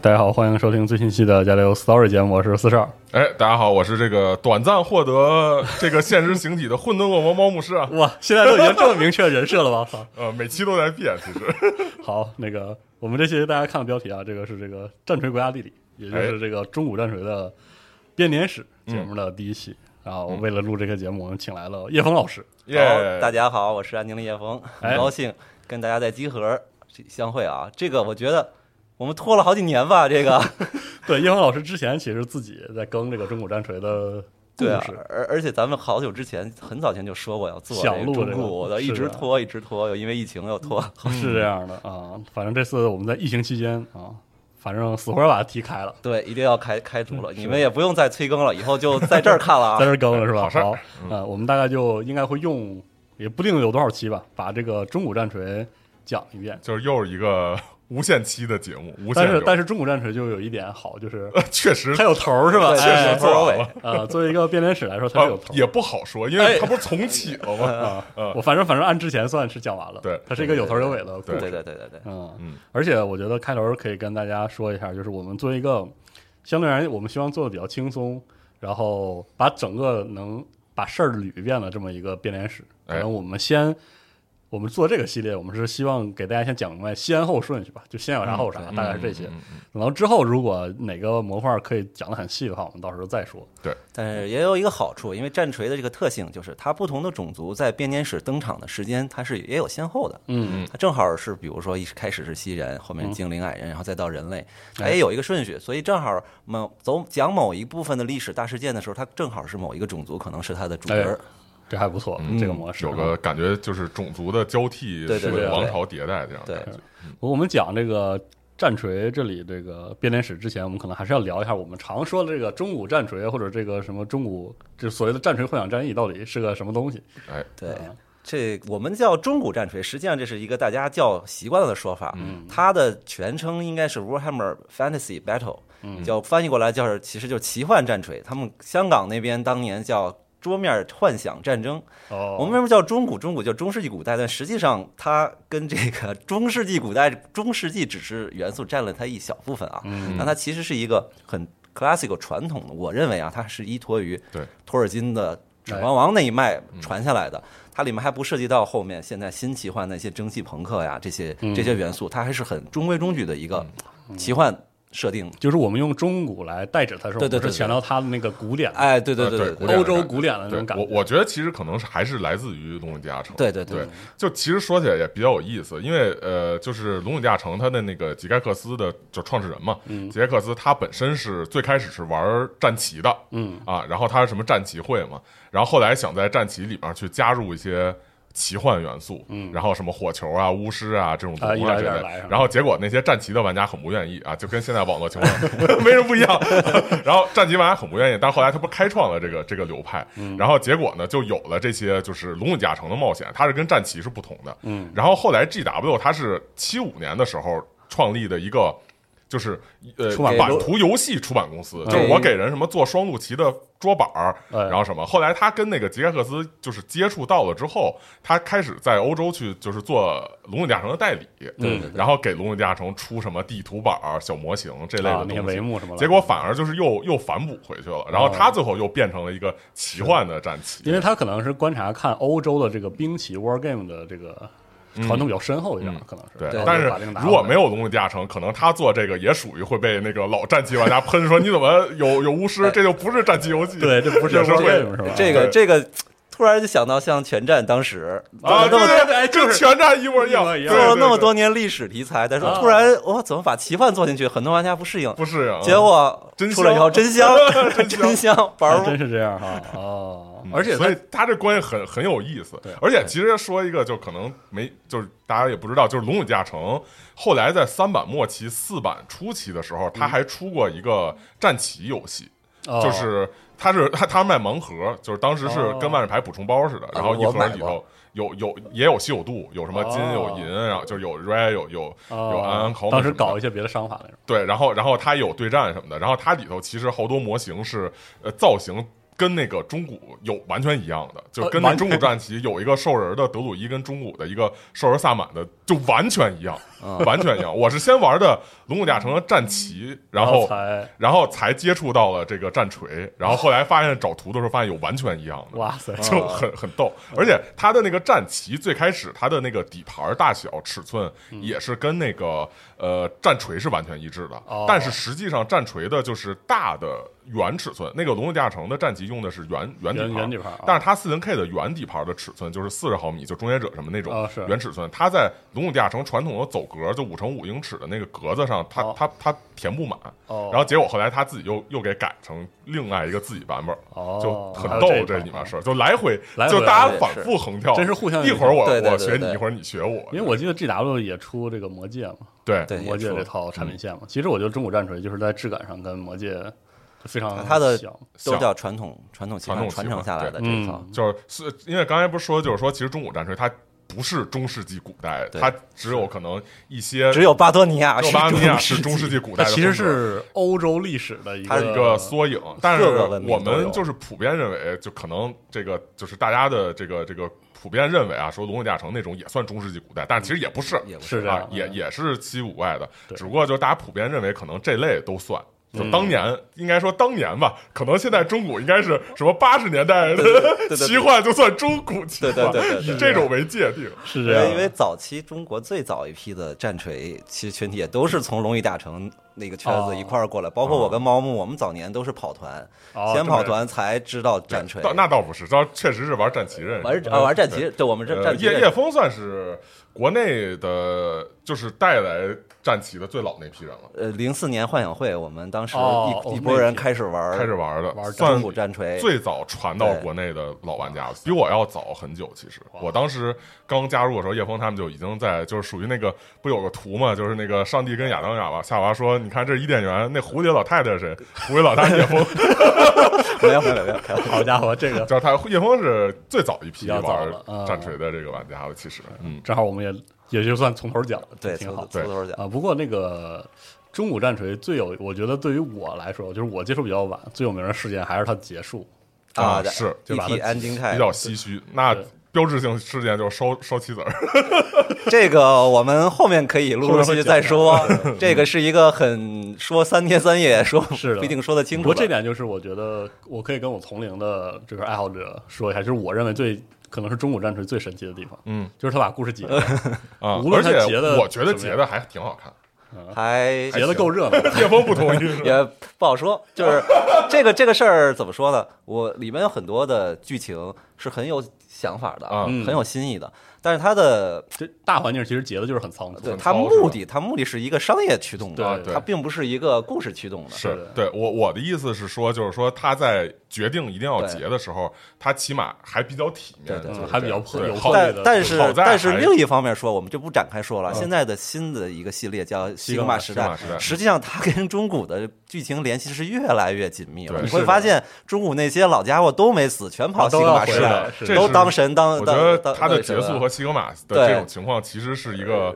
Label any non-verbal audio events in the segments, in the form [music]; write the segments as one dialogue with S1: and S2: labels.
S1: 大家好，欢迎收听最新期的《加流 Story》节目，我是四十二。，
S2: 哎，大家好，我是这个短暂获得这个现实形体的混沌恶魔猫牧师啊
S1: 哇，现在都已经这么明确人设了 [laughs] 吧？操！
S2: 呃，每期都在变，其实
S1: 好，那个我们这期大家看的标题啊，这个是这个《战锤国家地理》，也就是这个中古战锤的编年史节目的第一期。然后为了录这个节目，我们请来了叶峰老师。
S2: 耶
S3: 好，大家好，我是安宁的叶峰，很
S1: 哎
S3: 高兴跟大家在集合相会啊。这个我觉得我们拖了好几年吧，
S1: [laughs]
S3: 这个
S1: 对，叶峰老师之前其实自己在更这个中古战锤的故
S3: 对啊
S1: 事，，
S3: 而而且咱们好久之前很早前就说过要做
S1: 想录
S3: 这个
S1: 这
S3: 中
S1: 个
S3: 古的，
S1: 是啊
S3: 一直
S1: 的
S3: 拖一直拖，又因为疫情又
S1: [laughs]
S3: 拖。
S1: 是这样的啊。反正这次我们在疫情期间啊，反正死活把它踢开了。
S3: 对，一定要开开除了，你们也不用再催更了，以后就在这儿看
S1: [laughs]
S3: 了
S1: 在
S3: 啊。
S1: 这儿更了是吧？
S2: 好事儿
S1: 啊、呃我们大概就应该会用，也不定有多少期吧，把这个中古战锤讲一遍。
S2: 就是又是一个无限期的节目，无限呃
S1: 但是
S2: 流
S1: 但是中古战锤就有一点好，就是
S2: 确实
S1: 它有头儿是吧？
S3: 对，
S1: 哎
S3: 是头尾，
S1: 呃，作为一个编年史来说，它
S2: 啊
S1: 是有头哎儿
S2: 也不好说，因为它不是重启了吗？
S1: 啊、
S2: 嗯
S1: 我反正反正按之前算是讲完了，
S2: 对
S1: 它是一个有头儿有尾的故
S3: 对
S1: 事。
S3: 对对对对，
S1: 嗯
S2: 嗯
S1: 而且我觉得开头可以跟大家说一下，就是我们作为一个相对而言，我们希望做的比较轻松，然后把整个能把事儿捋一遍的这么一个编年史。
S2: 哎
S1: 然后我们先，我们做这个系列，我们是希望给大家先讲明白先后顺序吧，就先有啥后有
S2: 嗯
S1: 啥，大概是这些。等到之后，如果哪个模块可以讲得很细的话，我们到时候再说。
S3: 但是也有一个好处，因为战锤的这个特性就是它不同的种族在编年史登场的时间，它是也有先后的。
S1: 嗯，
S3: 它正好是比如说一开始是西人，后面精灵、矮人，然后再到人类，它
S1: 哎
S3: 也有一个顺序，所以正好某走讲某一部分的历史大事件的时候，它正好是某一个种族可能是它的主
S1: 哎
S3: 角儿。
S1: 这还不错，这个模式
S2: 嗯有个感觉就是种族的交替，
S3: 对对
S2: 是
S3: 对对
S2: 王朝迭代这样的
S3: 对
S2: 感觉。
S1: 我们讲这个战锤这里这个编年史之前，我们可能还是要聊一下我们常说的这个中古战锤或者这个什么中古，就所谓的战锤幻想战役到底是个什么东西？
S2: 哎，
S3: 对，啊这我们叫中古战锤，实际上这是一个大家叫习惯了的说法。嗯，它的全称应该是 Warhammer Fantasy Battle，叫翻译过来就是其实就是奇幻战锤。他们香港那边当年叫桌面幻想战争。
S1: 哦，
S3: 我们为什么叫中古？中古叫中世纪古代，但实际上它跟这个中世纪古代、中世纪只是元素占了它一小部分啊。
S2: 嗯
S3: 但它其实是一个很 classical 传统的，我认为啊，它是依托于
S2: 对嗯
S3: 托尔金的《指环王》那一脉传下来的。它里面还不涉及到后面现在新奇幻那些蒸汽朋克呀这些
S2: 嗯
S3: 这些元素，它还是很中规中矩的一个奇幻设
S2: 嗯
S3: 定。
S1: 就是我们用中古来代指它，是吧
S3: 对对
S1: 不
S3: 对
S1: 是强调它的那个古典，
S3: 哎，对对
S2: 呃
S3: 对
S2: 古
S3: 对
S2: 典
S1: 欧
S2: 的
S1: 洲
S2: 感觉
S1: 古典的那种感觉
S2: 对我我觉得其实可能是还是来自于《龙与地下城》。
S3: 对对对
S2: 对，就其实说起来也比较有意思，因为呃，就是《龙与地下城》它的那个吉盖克斯的就创始人嘛，吉盖克斯他本身是最开始是玩战棋的，嗯啊，然后他是什么战棋会嘛，然后后来想在战棋里面去加入一些。奇幻元素，嗯，然后什么火球啊、巫师啊这种东
S1: 啊一
S2: 西
S1: 点一
S2: 啊之
S1: 点
S2: 类
S1: 来是吧
S2: 然后结果那些战棋的玩家很不愿意啊，就跟现在网络情况 [laughs] 没什么不一样。然后战棋玩家很不愿意，但后来他不是开创了这个这个流派，
S1: 嗯
S2: 然后结果呢就有了这些就是《龙与地下城》的冒险，它是跟战棋是不同的。嗯，然后后来 GW 它是七五年的时候创立的一个。就是呃，
S1: 出版
S3: 公
S2: 版
S3: 司
S2: 图游戏出版公司，就是我给人什么做双陆棋的桌板儿，
S1: 哎
S2: 然后什么。后来他跟那个杰克克斯就是接触到了之后，他开始在欧洲去就是做《龙与地下城》的代理，
S3: 对对
S2: 然后给《龙与地下城》出什么地图板儿、小模型这类
S1: 啊
S2: 的
S1: 那些
S2: 东西
S1: 帷。幕什么的。
S2: 结果反而就是又又反哺回去了，然后他最后又变成了一个奇幻的战
S1: 因
S2: 棋，
S1: 为他可能是观察看欧洲的这个兵棋 war game 的这个传统比较深厚一点，可能是。
S2: 对
S1: 然后就，
S2: 但是
S1: 把这个拿
S2: 如
S1: 回
S2: 果
S1: 来
S2: 没有《龙与地下城》，可能他做这个也属于会被那个老
S1: [laughs]
S2: 战棋玩家喷说你怎么有有巫师，这就不是战棋游戏，
S1: 对，这不是
S2: 也是
S1: war
S2: 会
S1: game 是吧？
S3: 这个这个，突然就想到像全战当时
S2: 啊，
S3: 那么
S2: 对
S1: 哎
S2: 对，
S1: 就是
S2: 跟全战一模一样，
S1: 一模一样
S3: 做了
S2: 对
S3: 那么，
S2: 对对
S3: 多年历史题材，但是
S1: 啊
S3: 突然我怎么把奇幻做进去？很多玩家不适应，
S2: 不是啊呀，
S3: 结果
S2: 真
S3: 出来以后真香， [laughs] 真香，玩
S1: 还真
S3: 儿
S1: 是这样哈哦
S2: 嗯，
S1: 而且
S2: 所
S1: 它
S2: 以他这关系很很有意思。而且其实说一个，就可能没，就是大家也不知道，就是《龙与地下城》后来在三版末期、四版初期的时候，他还出过一个战棋游戏，
S1: 哦
S2: 就是它是 [laughs] 它它是卖盲盒，就是当时是跟万智牌补充包似的，然后一
S3: 啊我
S2: 盒
S3: 买
S2: 里
S3: 过
S2: 头有有也有稀有度，有什么金
S1: 哦
S2: 有银，然后就是有 red 有有有安安
S1: 哦
S2: 考，
S1: 当时搞一些别的商法那种。
S2: 对，然后然后它有对战什么的，然后它里头其实好多模型是呃造型跟那个中古有完全一样的，就
S1: 呃
S2: 跟那
S1: 完
S2: 中古战旗有一个兽人的德鲁伊跟中古的一个兽人萨满的就完全一样，
S1: 嗯
S2: 完全一样。我是先玩的龙骨甲城的战旗，然后
S1: 哦才
S2: 然后才接触到了这个战锤，然后后来发现找图的时候发现有完全一样的，
S1: 哇塞，
S2: 就很很逗。而且它的那个战旗最开始它的那个底盘大小尺寸
S1: 嗯
S2: 也是跟那个呃战锤是完全一致的
S1: 哦，
S2: 但是实际上战锤的就是大的圆尺寸，那个《龙与地下城》的战旗用的是圆圆
S1: 圆圆底
S2: 底
S1: 盘
S2: 盘
S1: 啊，
S2: 但是它四零 K 的圆底盘的尺寸就是四十毫米，就终结者什么那种
S1: 哦是
S2: 圆尺寸，它在《龙与地下城》传统的走格就五乘五英尺的那个格子上，它
S1: 哦
S2: 它它填不满，
S1: 哦
S2: 然后结果后来他自己又又给改成另外一个自己版本儿，
S1: 哦
S2: 就很
S1: 还有
S2: 逗
S1: 这一
S2: 这
S1: 套
S2: 里面事儿，就来回
S1: 来回
S2: 就大家
S3: 来回
S2: 反复横跳，
S1: 是真是互相
S2: 一会儿我
S3: 对对
S2: 我
S3: 对
S2: 学你，
S3: 对
S2: 一会儿你学我，
S1: 因为我记得 GW 也出这个魔戒嘛，
S2: 对
S3: 对
S1: 魔戒
S3: 也出
S1: 这套产
S2: 嗯
S1: 品线嘛。其实我觉得中古战锤就是在质感上跟魔戒就非常
S3: 它的
S1: 像嗯
S3: 都叫传统传统奇
S2: 传
S3: 幻
S2: 统
S3: 传
S2: 奇
S3: 承
S2: 幻嗯
S3: 下来的这
S1: 对
S3: 一套。
S2: 就是是因为刚才不是说就是说其实中古战锤它不是中世纪古代，
S3: 对
S2: 它只有可能一些
S3: 只有巴多尼亚
S2: 只有
S3: 是
S2: 巴尼亚
S3: 中
S2: 啊是
S3: 世
S2: 中
S3: 纪，
S2: 世纪古
S1: 它
S2: 代的
S1: 其
S2: 风格，
S1: 实是欧洲历史的一
S3: 它
S1: 个
S3: 是
S2: 一个缩影，但是
S3: 各个文明
S2: 我
S3: 都有
S2: 们就是普遍认为，就可能这个就是大家的这个这个普遍认为啊，说《龙与地下城》那种也算中世纪古代，但其实也不是，
S3: 嗯也不
S1: 是这
S2: 啊
S1: 样，，
S2: 也也是七五外的，
S1: 对
S2: 只不过就是大家普遍认为可能这类都算。就
S3: 嗯
S2: 当年、应该说当年吧，可能现在中古应该是什么八十年代的
S3: 对对对对
S2: [laughs] 奇幻就算中古奇幻，
S3: 对对对对对
S2: 以这种为界定。
S1: 是这
S3: 对，因
S1: 样。
S3: 为早期中国最早一批的战锤，其实群体也都是从《龙与地下城》那个圈子一块儿过来，包括我
S2: 哦
S3: 跟猫木，我们早年都是跑团，
S1: 哦
S3: 先跑团才知道战锤
S2: 倒，那倒不是，倒确实是玩战旗认识的。
S3: 玩啊玩战棋，对我们这
S2: 呃，
S3: 战棋
S2: 叶叶枫算是国内的，就是带来战旗的最老那批人了，
S3: 呃，零四年幻想会，我们当时
S1: 哦
S3: 一
S1: 哦
S3: 一波
S1: 那
S3: 人
S1: 批
S3: 开始玩
S2: 开始玩的，
S1: 玩
S2: 算
S3: 中古战锤，
S2: 最早传到国内的老玩家，比我要早很久。其实我当时刚加入的时候，叶枫他们就已经在，就是属于那个不有个图嘛，就是那个上帝跟亚当亚娃夏娃说：“你看这是伊甸园，那狐狸老太太
S1: [laughs]
S2: 是谁？狐狸老太太叶枫，
S3: 没
S2: [laughs]
S3: 有没有没有，开玩笑
S1: 好家伙，这个
S2: 就是他叶枫是最早一批
S1: 比较早
S2: 玩
S1: 了嗯
S2: 战锤的这个玩家的。其实，嗯，
S1: 正好我们也也就算从头讲，
S3: 对，
S1: 挺好
S3: 从头讲，
S1: 啊。不过那个中古战锤最有，我觉得对于我来说，就是我接触比较晚，最有名的事件还是它结束。
S3: 啊，
S2: 啊是
S1: 就把它
S3: E.T. 安金
S1: 哎
S3: 泰
S2: 比较唏嘘。那标志性事件就是烧烧棋子儿，
S3: 这个我们后面可以陆陆续续再说
S1: 后面会，
S3: 这个是一个很说三天三夜说
S1: 是的
S3: 不一定说得
S1: 不
S3: 清楚
S1: 过
S3: 的。
S1: 这点就是我觉得我可以跟我同龄的这个爱好者说一下，就是我认为最可能是中古战锤最神奇的地方，
S2: 嗯
S1: 就是他把故事结
S2: [laughs]
S1: 了，
S2: 啊
S1: 无，论
S2: 而
S1: 他
S2: 且
S1: 截的
S2: 我觉得
S1: 怎么
S2: 截
S1: 样
S2: 的还挺好看。
S3: 还
S1: 结的够热闹。
S2: 叶枫不同意，
S3: 也不好说，就是这个这个事儿怎么说呢？我里面有很多的剧情是很有想法的，
S2: 啊
S1: 嗯
S3: 很有新意的，但是它的
S1: 这大环境其实结的就是很仓促，
S3: 对
S2: 很
S3: 它
S2: 糙是吧
S3: 目的，它目的是一个商业驱动的，
S1: 对
S3: 它并不是一个故事驱动的。
S1: [laughs] 是
S2: 是
S1: 的
S2: 对我我的意思是说，就是说他在决定一定要
S3: 对
S2: 结的时候，他起码还比较体面，
S3: 对对
S2: 就是
S1: 嗯还比较
S2: 这
S1: 破
S2: 样
S1: 有
S2: 对
S1: 魄
S2: 好
S1: 力
S3: 但
S1: 的
S3: 但是
S2: 好在
S3: 但是
S2: 还
S3: 另一方面说，我们就不展开说
S1: 嗯
S3: 了。现在的新的一个系列叫《西格玛时
S2: 西
S3: 代
S2: 格玛时》，代
S3: 实际上它跟中古的剧情联系是越来越紧密了。
S2: 对
S3: 你
S2: 是
S3: 会
S2: 的
S3: 发现中古那些老家伙都没死，全
S1: 啊
S3: 跑西格玛时
S1: 是
S3: 代
S1: 的
S3: 了，
S1: 是
S2: 这
S3: 都
S2: 是
S3: 当神当
S2: 我觉
S3: 当。
S2: 得
S3: 当
S2: 他的
S3: 当神
S2: 结
S3: 了
S2: 束和西格玛的
S3: 对呃
S2: 这种情况，其实是一个，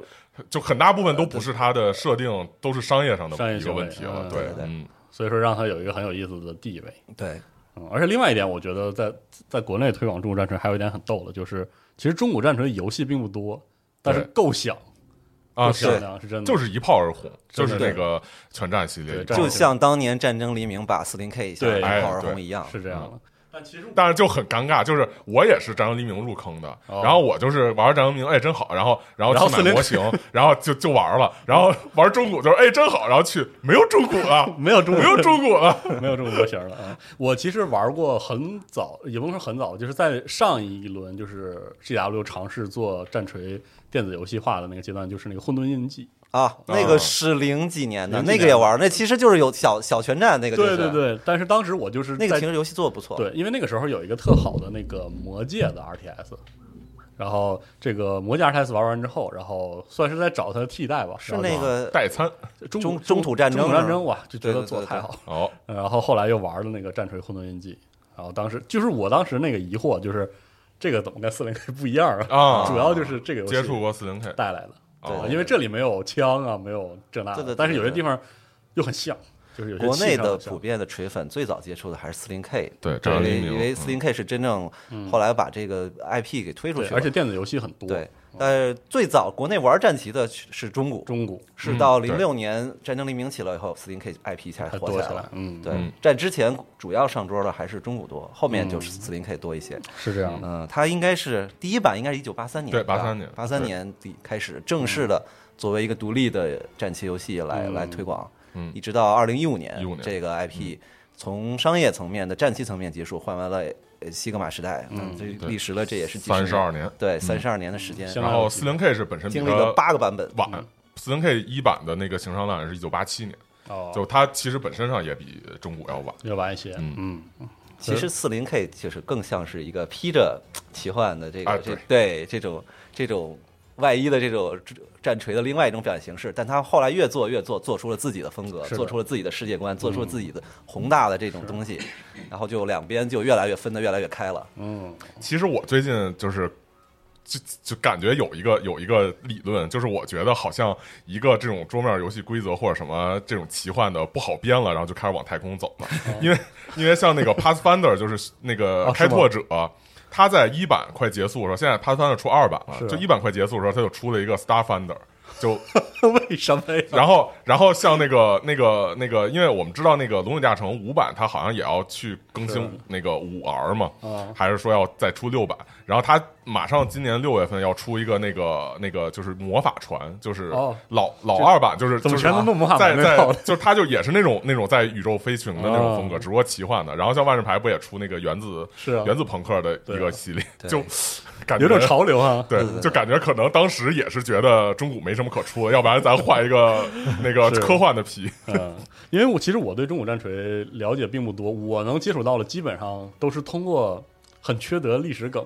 S2: 就很大部分都不是他的设定，都是商业上
S1: 商
S2: 的
S1: 业
S2: 一个
S1: 行为
S2: 问题了。
S1: 嗯
S2: 对
S3: 对，对
S2: 嗯，
S1: 所以说让他有一个很有意思的地位。
S3: 对
S1: 嗯，而且另外一点，我觉得在在国内推广中古战锤还有一点很逗的，就是其实中古战锤的游戏并不多，但是
S2: 对
S1: 够响
S2: 啊
S1: 够
S2: 是
S1: 响亮是真的，
S2: 就是一炮而红，
S1: 真
S2: 就
S1: 的
S2: 是那个全战系列
S1: 对
S2: 一炮
S1: 战
S2: 而
S3: 就
S2: 红，
S3: 像当年《战争黎明》把四零 K 一下
S1: 对
S3: 炮而红一样，
S1: 是这样
S2: 嗯
S1: 的。但其实
S2: 但是就很尴尬，就是我也是《战争黎明》入坑的，
S1: 哦
S2: 然后我就是玩《战争黎明》，哎，真好，然后然后
S1: 然后
S2: 去买
S1: 40，
S2: 模型， [laughs] 然后就就玩了，然后玩中古就是哎真好，然后去没有中古了
S3: [laughs]
S1: 没有中
S2: 没
S1: 古，
S2: 有中古了，
S1: [laughs] 没有这么多型了啊！我其实玩过很早，也不能说很早，就是在上一轮就是 G W 尝试做战锤电子游戏化的那个阶段，就是那个《混沌印记
S3: 啊，那
S2: 啊
S3: 个是零几年
S1: 嗯
S3: 的，
S1: 零几
S3: 那个
S1: 年
S3: 也玩，那其实就是有小小全战那》。个，就是
S1: 对对，对，但是当时我就是
S3: 那个
S1: 在
S3: 其实游戏做的不错，
S1: 对，因为那个时候有一个特好的那个魔界的 RTS，然后这个魔界 RTS 玩完之后，然后算是在找它的替代吧。
S3: 是
S1: 然后
S3: 那个
S2: 代餐
S1: 就中
S3: 中
S1: 中
S3: 中土战争
S1: 中土战
S3: 是
S1: 争哇，就觉
S3: 对
S1: 得
S3: 对
S1: 做的
S3: 对
S1: 太
S3: 对
S1: 好了。
S2: 哦，
S1: 然后后来又玩了那个《战锤混沌印记》，然后当时就是我当时那个疑惑就是，这个怎么跟四零 K 不一样
S2: 啊
S1: 主要就是这个游戏
S2: 接触过四哦零 K，
S1: 带来的，
S3: 对
S1: 啊
S3: 对
S1: 因为这里没有枪啊，没有这那的，
S3: 对对对
S1: 但是有些
S3: 对对
S1: 地方又很像，就是有些
S3: 国
S1: 气
S3: 内的
S1: 上
S3: 普
S1: 很像
S3: 遍的锤粉最早接触的还是四零 K，
S2: 对
S3: 因
S2: 张
S3: 为
S2: 黎明
S3: 因为四零 K 是真正后来把这个 IP 给推出
S1: 嗯对，
S3: 去了，
S1: 而且电子游戏很多，
S3: 对，但是最早国内玩战棋的是中古，
S1: 中古
S3: 是到
S2: 嗯
S3: 零六年战争黎明起了以后，四零 K IP 才
S1: 还
S3: 火
S1: 多起来
S3: 了，。
S1: 嗯，
S3: 对
S2: 嗯，
S3: 在之前主要上桌的还是中古多，后面
S1: 嗯
S3: 就是四零 K 多一些。
S1: 是这样的。
S3: 嗯，它应该是第一版，应该是一九八三年，
S2: 对83年嗯
S3: 八三年底开始正式的作为一个独立的战棋游戏来、来推广，
S2: 嗯
S3: 一直到二零一五年，
S2: 15年嗯
S3: 这个 IP 从商业层面的战棋层面结束，换完了呃西格玛时代，嗯，这历时了这也是几
S2: 三十二，嗯年，
S3: 对，三十二年的时间，
S1: 相
S2: 然后四零 K 是本身比
S3: 经历了
S2: 较
S3: 八个版本，
S2: 晚，四零 K 一版的那个情商档案是一九八七年，
S1: 哦，
S2: 就它其实本身上也比中古要晚，
S1: 要晚一些，嗯，
S3: [laughs] 其实四零 K 就是更像是一个披着奇幻的这个、
S2: 啊
S3: 这对这种这种外衣的这种战锤的另外一种表现形式，但他后来越做越做，做出了自己的风格，
S1: 的
S3: 做出了自己的世界观，做出了自己的宏大的这种东西，然后就两边就越来越分得越来越开了。
S1: 嗯，
S2: 其实我最近就是。就就感觉有一个有一个理论，就是我觉得好像一个这种桌面游戏规则或者什么这种奇幻的不好编了，然后就开始往太空走了。因为因为像那个 Pathfinder 就是那个
S1: 哦是
S2: 开
S1: 吗
S2: 拓者，他在一版快结束的时候，现在 Pathfinder 出二版了，
S1: 是啊
S2: 就一版快结束的时候，他就出了一个 Starfinder，就
S1: 为什么呀？
S2: 然后，然后像那个、那个、那个，因为我们知道那个《龙与地下城》五版，它好像也要去更新
S1: 是
S2: 那个五 R 嘛，
S1: 啊
S2: 还是说要再出六版？然后它马上今年六月份要出一个那个那个，就是魔法船，就是
S1: 哦
S2: 老、老二版，就是
S1: 怎么
S2: 就是
S1: 全都弄魔法
S2: 在
S1: 船那
S2: 在
S1: 套的，
S2: 就是它就也是那种那种在宇宙飞行的那种风格，
S1: 哦
S2: 只不过奇幻的。然后像万智牌不也出那个原子
S1: 是啊
S2: 原子朋克的一
S1: 对啊
S2: 个系列，
S3: 对
S2: 就感觉
S1: 有点潮流啊。
S2: 对，就感觉可能当时也是觉得中古没什么可出的，要不然咱换一 [laughs] 个那个科幻的皮。
S1: [laughs] 嗯，因为我其实我对中古战锤了解并不多，我能接触到的基本上都是通过很缺德历史
S3: [laughs]
S1: 梗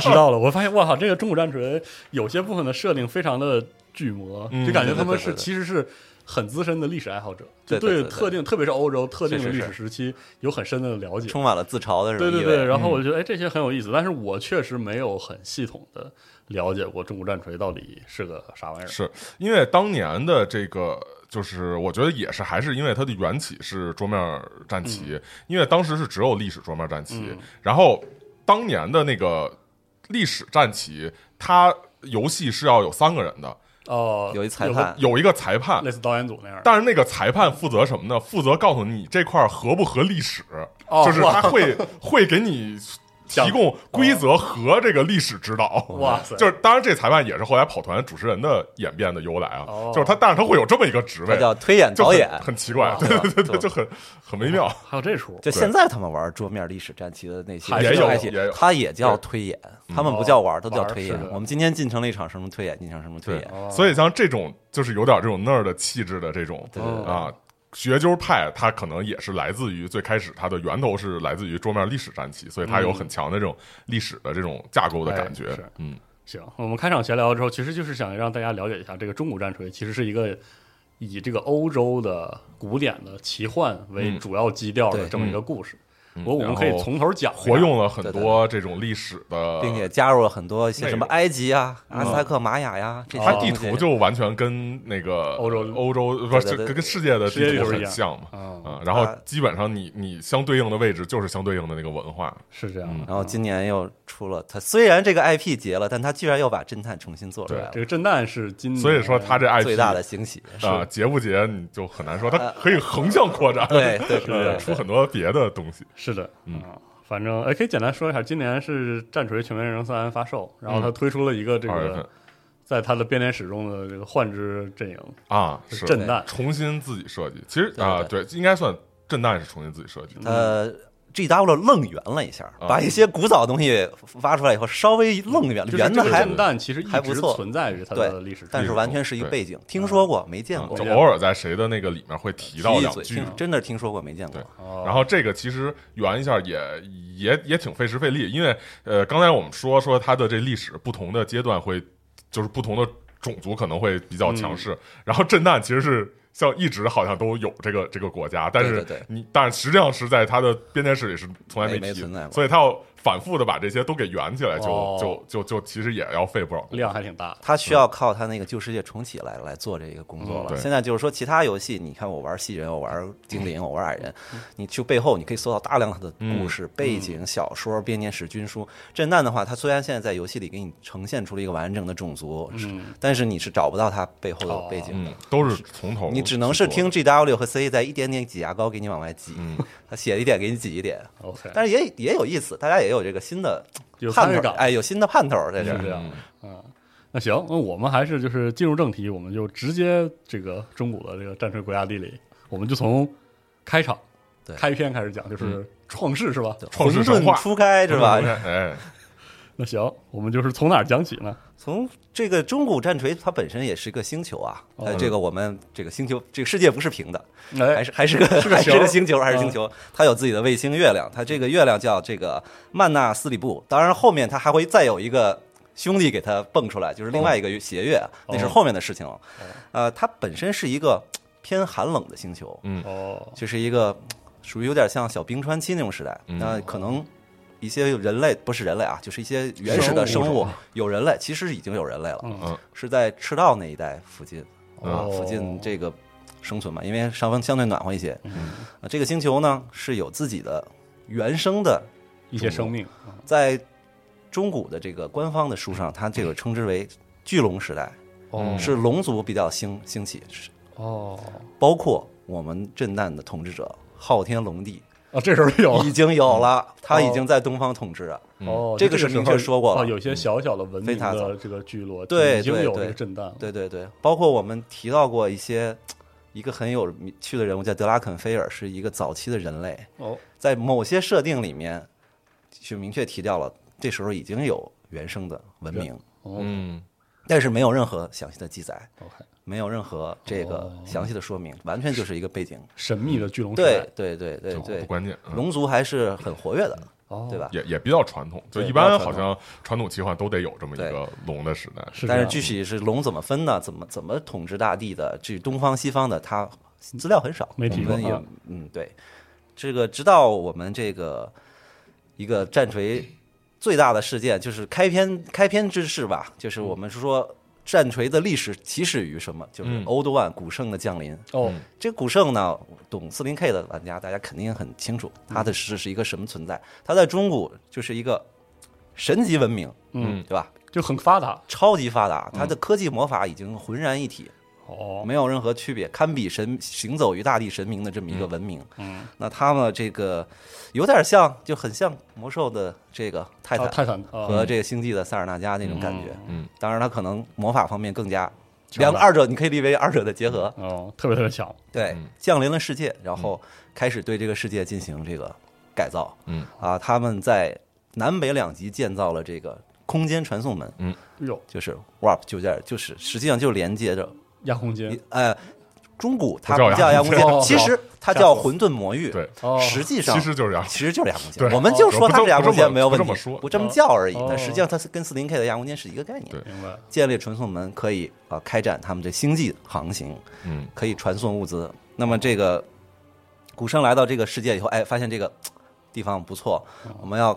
S1: 知道了。我发现，哇靠，这个中古战锤有些部分的设定非常的巨魔，
S2: 嗯
S1: 就感觉他们是
S3: 对对对对对
S1: 其实是很资深的历史爱好者，就
S3: 对对对对对
S1: 特定，特别是欧洲特定的
S3: 是
S1: 历
S3: 是
S1: 史时期有很深的了解。
S3: 充满了自嘲的这
S1: 对对
S3: 种意嗯味
S1: 对，。然后我觉得哎，这些很有意思，但是我确实没有很系统的了解过中古战锤到底是个啥玩意儿。
S2: 是因为当年的这个，就是我觉得也是还是因为它的缘起是桌面战棋，因为当时是只有历史桌面战棋，
S1: 嗯
S2: 然后当年的那个历史战棋，它游戏是要有三个人的，
S1: 哦，
S3: 有一裁
S1: 个
S3: 判
S2: 有一个裁判
S1: 类。似导演组那样的，
S2: 但是那个裁判负责什么呢？负责告诉你这块儿合不合历史，
S1: 哦
S2: 就是
S1: 哇
S2: 他会 [laughs] 会给你提供规则和这个历史指导。
S1: [laughs] 哇塞
S2: 就是当然，这裁判也是后来跑团主持人的演变的由来啊。
S1: 哦
S2: 就是他，但是他会有这么一个职
S3: 它
S2: 位，
S3: 叫推演
S2: 就
S3: 导演，
S2: 很很奇怪，
S1: 哦
S2: [laughs] 对
S3: 对
S2: 对对对，
S3: 对
S2: 就很很微妙。
S1: 还有这出，
S3: 就现在他们玩桌面历史战棋的那些
S1: 还
S2: 有
S3: 游戏
S2: 也有，
S3: 它也叫推演，他们不叫玩，都叫
S1: 玩是
S3: 推演。
S1: 的
S3: 我们今天进城了一场什么推演，进城什么推
S2: 对
S3: 演，，
S1: 哦
S2: 所以像这种就是有点这种 nerd 的气质的这种，
S3: 对对对
S2: 啊。学究派，它可能也是来自于最开始它的源头是来自于桌面历史战棋，所以它有很强的这种历史的这种架构的感觉
S1: 哎是。
S2: 嗯，
S1: 行，我们开场闲聊之后，其实就是想让大家了解一下，这个中古战锤其实是一个以这个欧洲的古典的奇幻为
S2: 嗯
S1: 主要基调的
S3: 对
S1: 这么一个故事。
S2: 嗯
S1: 我我们可以
S2: 然后
S1: 从头讲一下嗯
S2: 活用了很
S3: 对对
S2: 多这种历史的，
S3: 并且加入了很多一些
S2: 内
S3: 什么
S2: 容
S3: 埃及啊、阿斯塔克、玛雅呀这些
S2: 它
S3: 东
S2: 地
S3: 西。
S2: 图就完全跟那个
S1: 欧洲
S2: 欧洲不是
S3: 对对对嗯
S2: 跟跟世界的
S1: 世界
S2: 地
S1: 地
S2: 图
S1: 图一
S2: 很
S1: 样
S2: 像嘛
S1: 啊、
S2: 啊，然后
S3: 它
S2: 基本上你你相对应的位置就是相对应的那个文化，
S1: 是这样
S2: 嗯
S1: 的。
S3: 然后今年又出了，它虽然这个 IP 结了，但它居然又把侦探重新做出来了
S1: 这，个震旦是今年，
S2: 所以说它这 IP
S3: 最大的惊喜。
S2: 啊结不结你就很难说，它可以横向扩展，
S3: 对对对
S2: 呃
S3: [laughs] 对，
S2: 出很多别的东西。
S1: 是的，嗯。反正哎，可以简单说一下，今年是《战锤：全面人生三》发售，然后它推出了一个这
S2: 嗯二月份
S1: 个在它的编年史中的这个幻之阵营，
S2: 啊，
S1: 就是震旦
S2: 重新自己设计，其实
S3: 对
S2: 啊，对，应该算震旦是重新自己设计的，
S3: 呃，GW 愣圆了一下，把一些古早东西挖出来以后，稍微愣圆，
S1: 就是
S3: 圆
S1: 这
S3: 的
S1: 个
S3: 还
S1: 震旦其实一
S3: 还不
S1: 直
S3: 错
S1: 存在于它的历
S3: 对
S1: 史中，，
S3: 但是完全是一个背景，听说过没见
S2: 嗯
S3: 过
S2: 就，偶尔在谁的那个里面会提到
S3: 提一
S2: 两
S3: 嘴，
S2: 句，啊
S3: 听真的听说过没见过
S2: 对。然后这个其实圆一下也也也挺费时费力，因为呃，刚才我们说说它的这历史不同的阶段会，就是不同的种族可能会比较强势，
S3: 嗯
S2: 然后震旦其实是。像一直好像都有这个这个国家，但是
S3: 对对对
S2: 你但实际上是在它的编年史里是从来
S3: 没
S2: 提
S3: 没存在过
S2: 所以它要反复的把这些都给圆起来，就、
S1: 哦
S2: 就就就其实也要费不少功夫。
S1: 量还挺大的。
S3: 他需要靠他那个旧世界重启来来做这个工作
S2: 嗯
S3: 了。
S2: 对
S3: 现在就是说，其他游戏，你看我玩细人，我玩精灵，我玩矮人，
S1: 嗯
S3: 你去背后你可以搜到大量他的故事、背景、小说、编年史、军书。震旦的话，它虽然现在在游戏里给你呈现出了一个完整的种族，是
S1: 嗯
S3: 但是你是找不到它背后的背景的。
S2: 嗯，都是从
S1: 哦
S2: 头，
S3: 你只能是听。G W 和 C E 在一点点挤牙膏给你往外挤，
S1: 嗯
S3: 他写一点给你挤一点，
S1: OK，
S3: 但是也也有意思，大家也有这个新的
S1: 嗯有参
S3: 盼
S1: 与
S3: 头，
S1: 感
S3: 哎，有新的盼头在这
S1: 是
S3: 儿。
S1: 这样的。嗯，那行，那我们还是就是进入正题，我们就直接这个中古的这个战锤国家地理，我们就从开场
S3: 对嗯
S1: 开篇开始讲，就是创世是吧？嗯
S2: 创世
S3: 混
S2: 神
S3: 沌
S2: 话
S3: 初开是吧？
S2: [laughs] 哎，
S1: 那行，我们就是从哪儿讲起呢？
S3: 从这个中古战锤，它本身也是个星球啊。
S1: 哦
S3: 呃，这个我们这个星球，这个世界不是平的，还
S1: 哎，
S3: 是还是个还是
S1: 球
S3: 个星球，还是星球。它有自己的卫星月亮，它这个月亮叫这个曼纳斯里布。当然，后面它还会再有一个兄弟给它蹦出来，就是另外一个邪月，那是后面的事情了。呃，它本身是一个嘖偏寒冷的星球，
S1: 哦，
S3: 就是一个嘖属于有点像小冰川期那种时代。那可能一些人类不是人类啊，就是一些原始的
S1: 生
S3: 生
S1: 物
S3: 物有人类，其实已经有人类了，
S1: 嗯
S2: 嗯
S3: 是在赤道那一带附近啊，
S1: 哦
S3: 附近这个生存嘛，因为上方相对暖和一些。啊，这个星球呢是有自己的原生的，
S1: 一些生命，啊
S3: 在中古的这个官方的书上，它这个称之为巨龙时代。
S1: 哦
S3: 是龙族比较兴兴起，是
S1: 哦
S3: 包括我们震旦的统治者昊天龙帝
S1: 啊，这时候有
S3: 已经有了，他已经在东方统治了。
S1: 哦，
S3: 嗯这个
S1: 时
S3: 是
S1: 候
S3: 明确说过了嗯
S1: 啊，有些小小的文
S3: 非
S1: 明
S3: 塔
S1: 的
S3: 早
S1: 这个聚落，
S3: 对
S1: 已经
S3: 对
S1: 有这
S3: 对
S1: 个震荡了，
S3: 对对对，包括我们提到过一些一个很有趣的人物叫德拉肯菲尔，是一个早期的人类，
S1: 哦，
S3: 在某些设定里面就明确提掉了，这时候已经有原生的文明，
S1: 哦
S2: 嗯，
S3: 但是没有任何详细的记载，
S1: ，OK，
S3: 没有任何这个
S1: 哦
S3: 详细的说明，完全就是一个背景。
S1: 神秘的巨龙时代
S3: 对，对对对
S2: 就不
S3: 对，
S2: 关键，嗯
S3: 龙族还是很活跃的，
S1: 哦，
S3: 对？吧？
S2: 也也比较传统，就
S3: 对
S2: 一
S3: 比
S2: 般
S3: 较
S2: 好
S3: 传统
S2: 像传统奇幻都得有这么一
S3: 对
S2: 个龙的时代，
S1: 是这
S3: 但
S1: 样，
S3: 是具体是龙怎么分呢？怎么怎么统治大地的？至于东方西方的，它资料很少，
S1: 没提
S3: 我
S1: 过
S3: 们
S1: 啊
S3: 也嗯对，这个直到我们这个一个战锤最大的事件，就是开篇开篇之事吧，
S1: 嗯
S3: 就是我们说战锤的历史起始于什么？就是
S2: 嗯
S3: 欧多万古圣的降临。
S1: 哦，
S3: 这古圣呢，懂四零 K 的玩家大家肯定很清楚，它
S1: 嗯
S3: 的是是一个什么存在？它在中古就是一个神级文明，
S1: 嗯，
S3: 对吧？
S1: 就很发达，
S3: 超级发达，它的科技魔法已经浑然一体，
S1: 嗯哦，
S3: 没有任何区别，堪比神行走于大地神明的这么一个文明。
S1: 嗯，
S3: 那他们这个有点像，就很像魔兽的这个泰
S1: 啊
S3: 坦
S1: 泰坦
S3: 和
S1: 啊，
S3: 这个星际的塞尔纳加那种感觉。
S2: 嗯嗯，
S3: 当然，它可能魔法方面更加
S1: 强大
S3: 两个二者，你可以理解为二者的结合。
S1: 哦，特别特别强，
S3: 对，
S1: 嗯
S3: 降临了世界，然后开始对这个世界进行这个改造。
S2: 嗯
S3: 啊，他们在南北两极建造了这个空间传送门，
S1: 哟，
S3: 就是 warp，就在就是实际上就连接着
S1: 压空间，
S3: 呃，中古它
S2: 不叫
S3: 不
S2: 牙
S3: 叫牙
S2: 空
S3: 空
S2: 间
S1: 哦
S3: 间，其实它
S1: 吓
S3: 叫
S1: 死我
S3: 混沌魔域，
S2: 对，
S1: 哦，
S3: 实际上
S2: 其实就是这样。
S3: 其实就是牙空间
S2: 对，
S3: 我们就
S2: 哦
S3: 说它
S2: 不这
S3: 是牙空间
S2: 不这么
S3: 没有问题，
S2: 不这么说
S3: 不这么叫而已
S1: 哦，
S3: 但实际上它是跟四零 K 的牙空间是一个概念
S2: 对。
S1: 明白，
S3: 建立传送门可以啊、呃开展他们的星际航行，
S2: 嗯，
S3: 可以传送物资。那么这个古生来到这个世界以后，哎，发现这个嘖地方不错，
S1: 嗯
S3: 我们要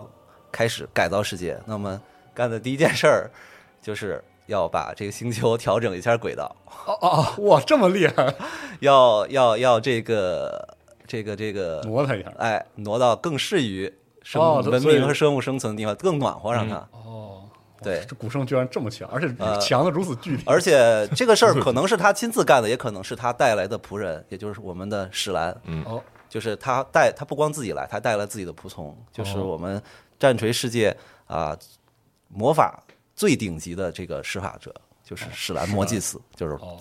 S3: 开始改造世界。那么干的第一件事儿就是要把这个星球调整一下轨道， [laughs]
S1: 哦哦，哇，这么厉 [laughs] 害，
S3: 要要要这个这个这个，
S1: 磨它一下，
S3: 哎，挪到更适于生
S1: 哦
S3: 文
S1: 所以
S3: 明和生物生存的地方，更暖和让它。
S1: 哦，
S3: 对
S1: 这古圣居然这么强，而且
S3: 呃
S1: 强的如此具体，
S3: 而且这个事儿可能是他亲自干的，也可能是他带来的仆人，也就是我们的史兰，
S1: 哦，
S3: 就是他带他不光自己来，他带了自己的仆从，就是我们战锤世界啊、魔法最顶级的这个施法者，就是史兰魔祭司，就是
S1: 哦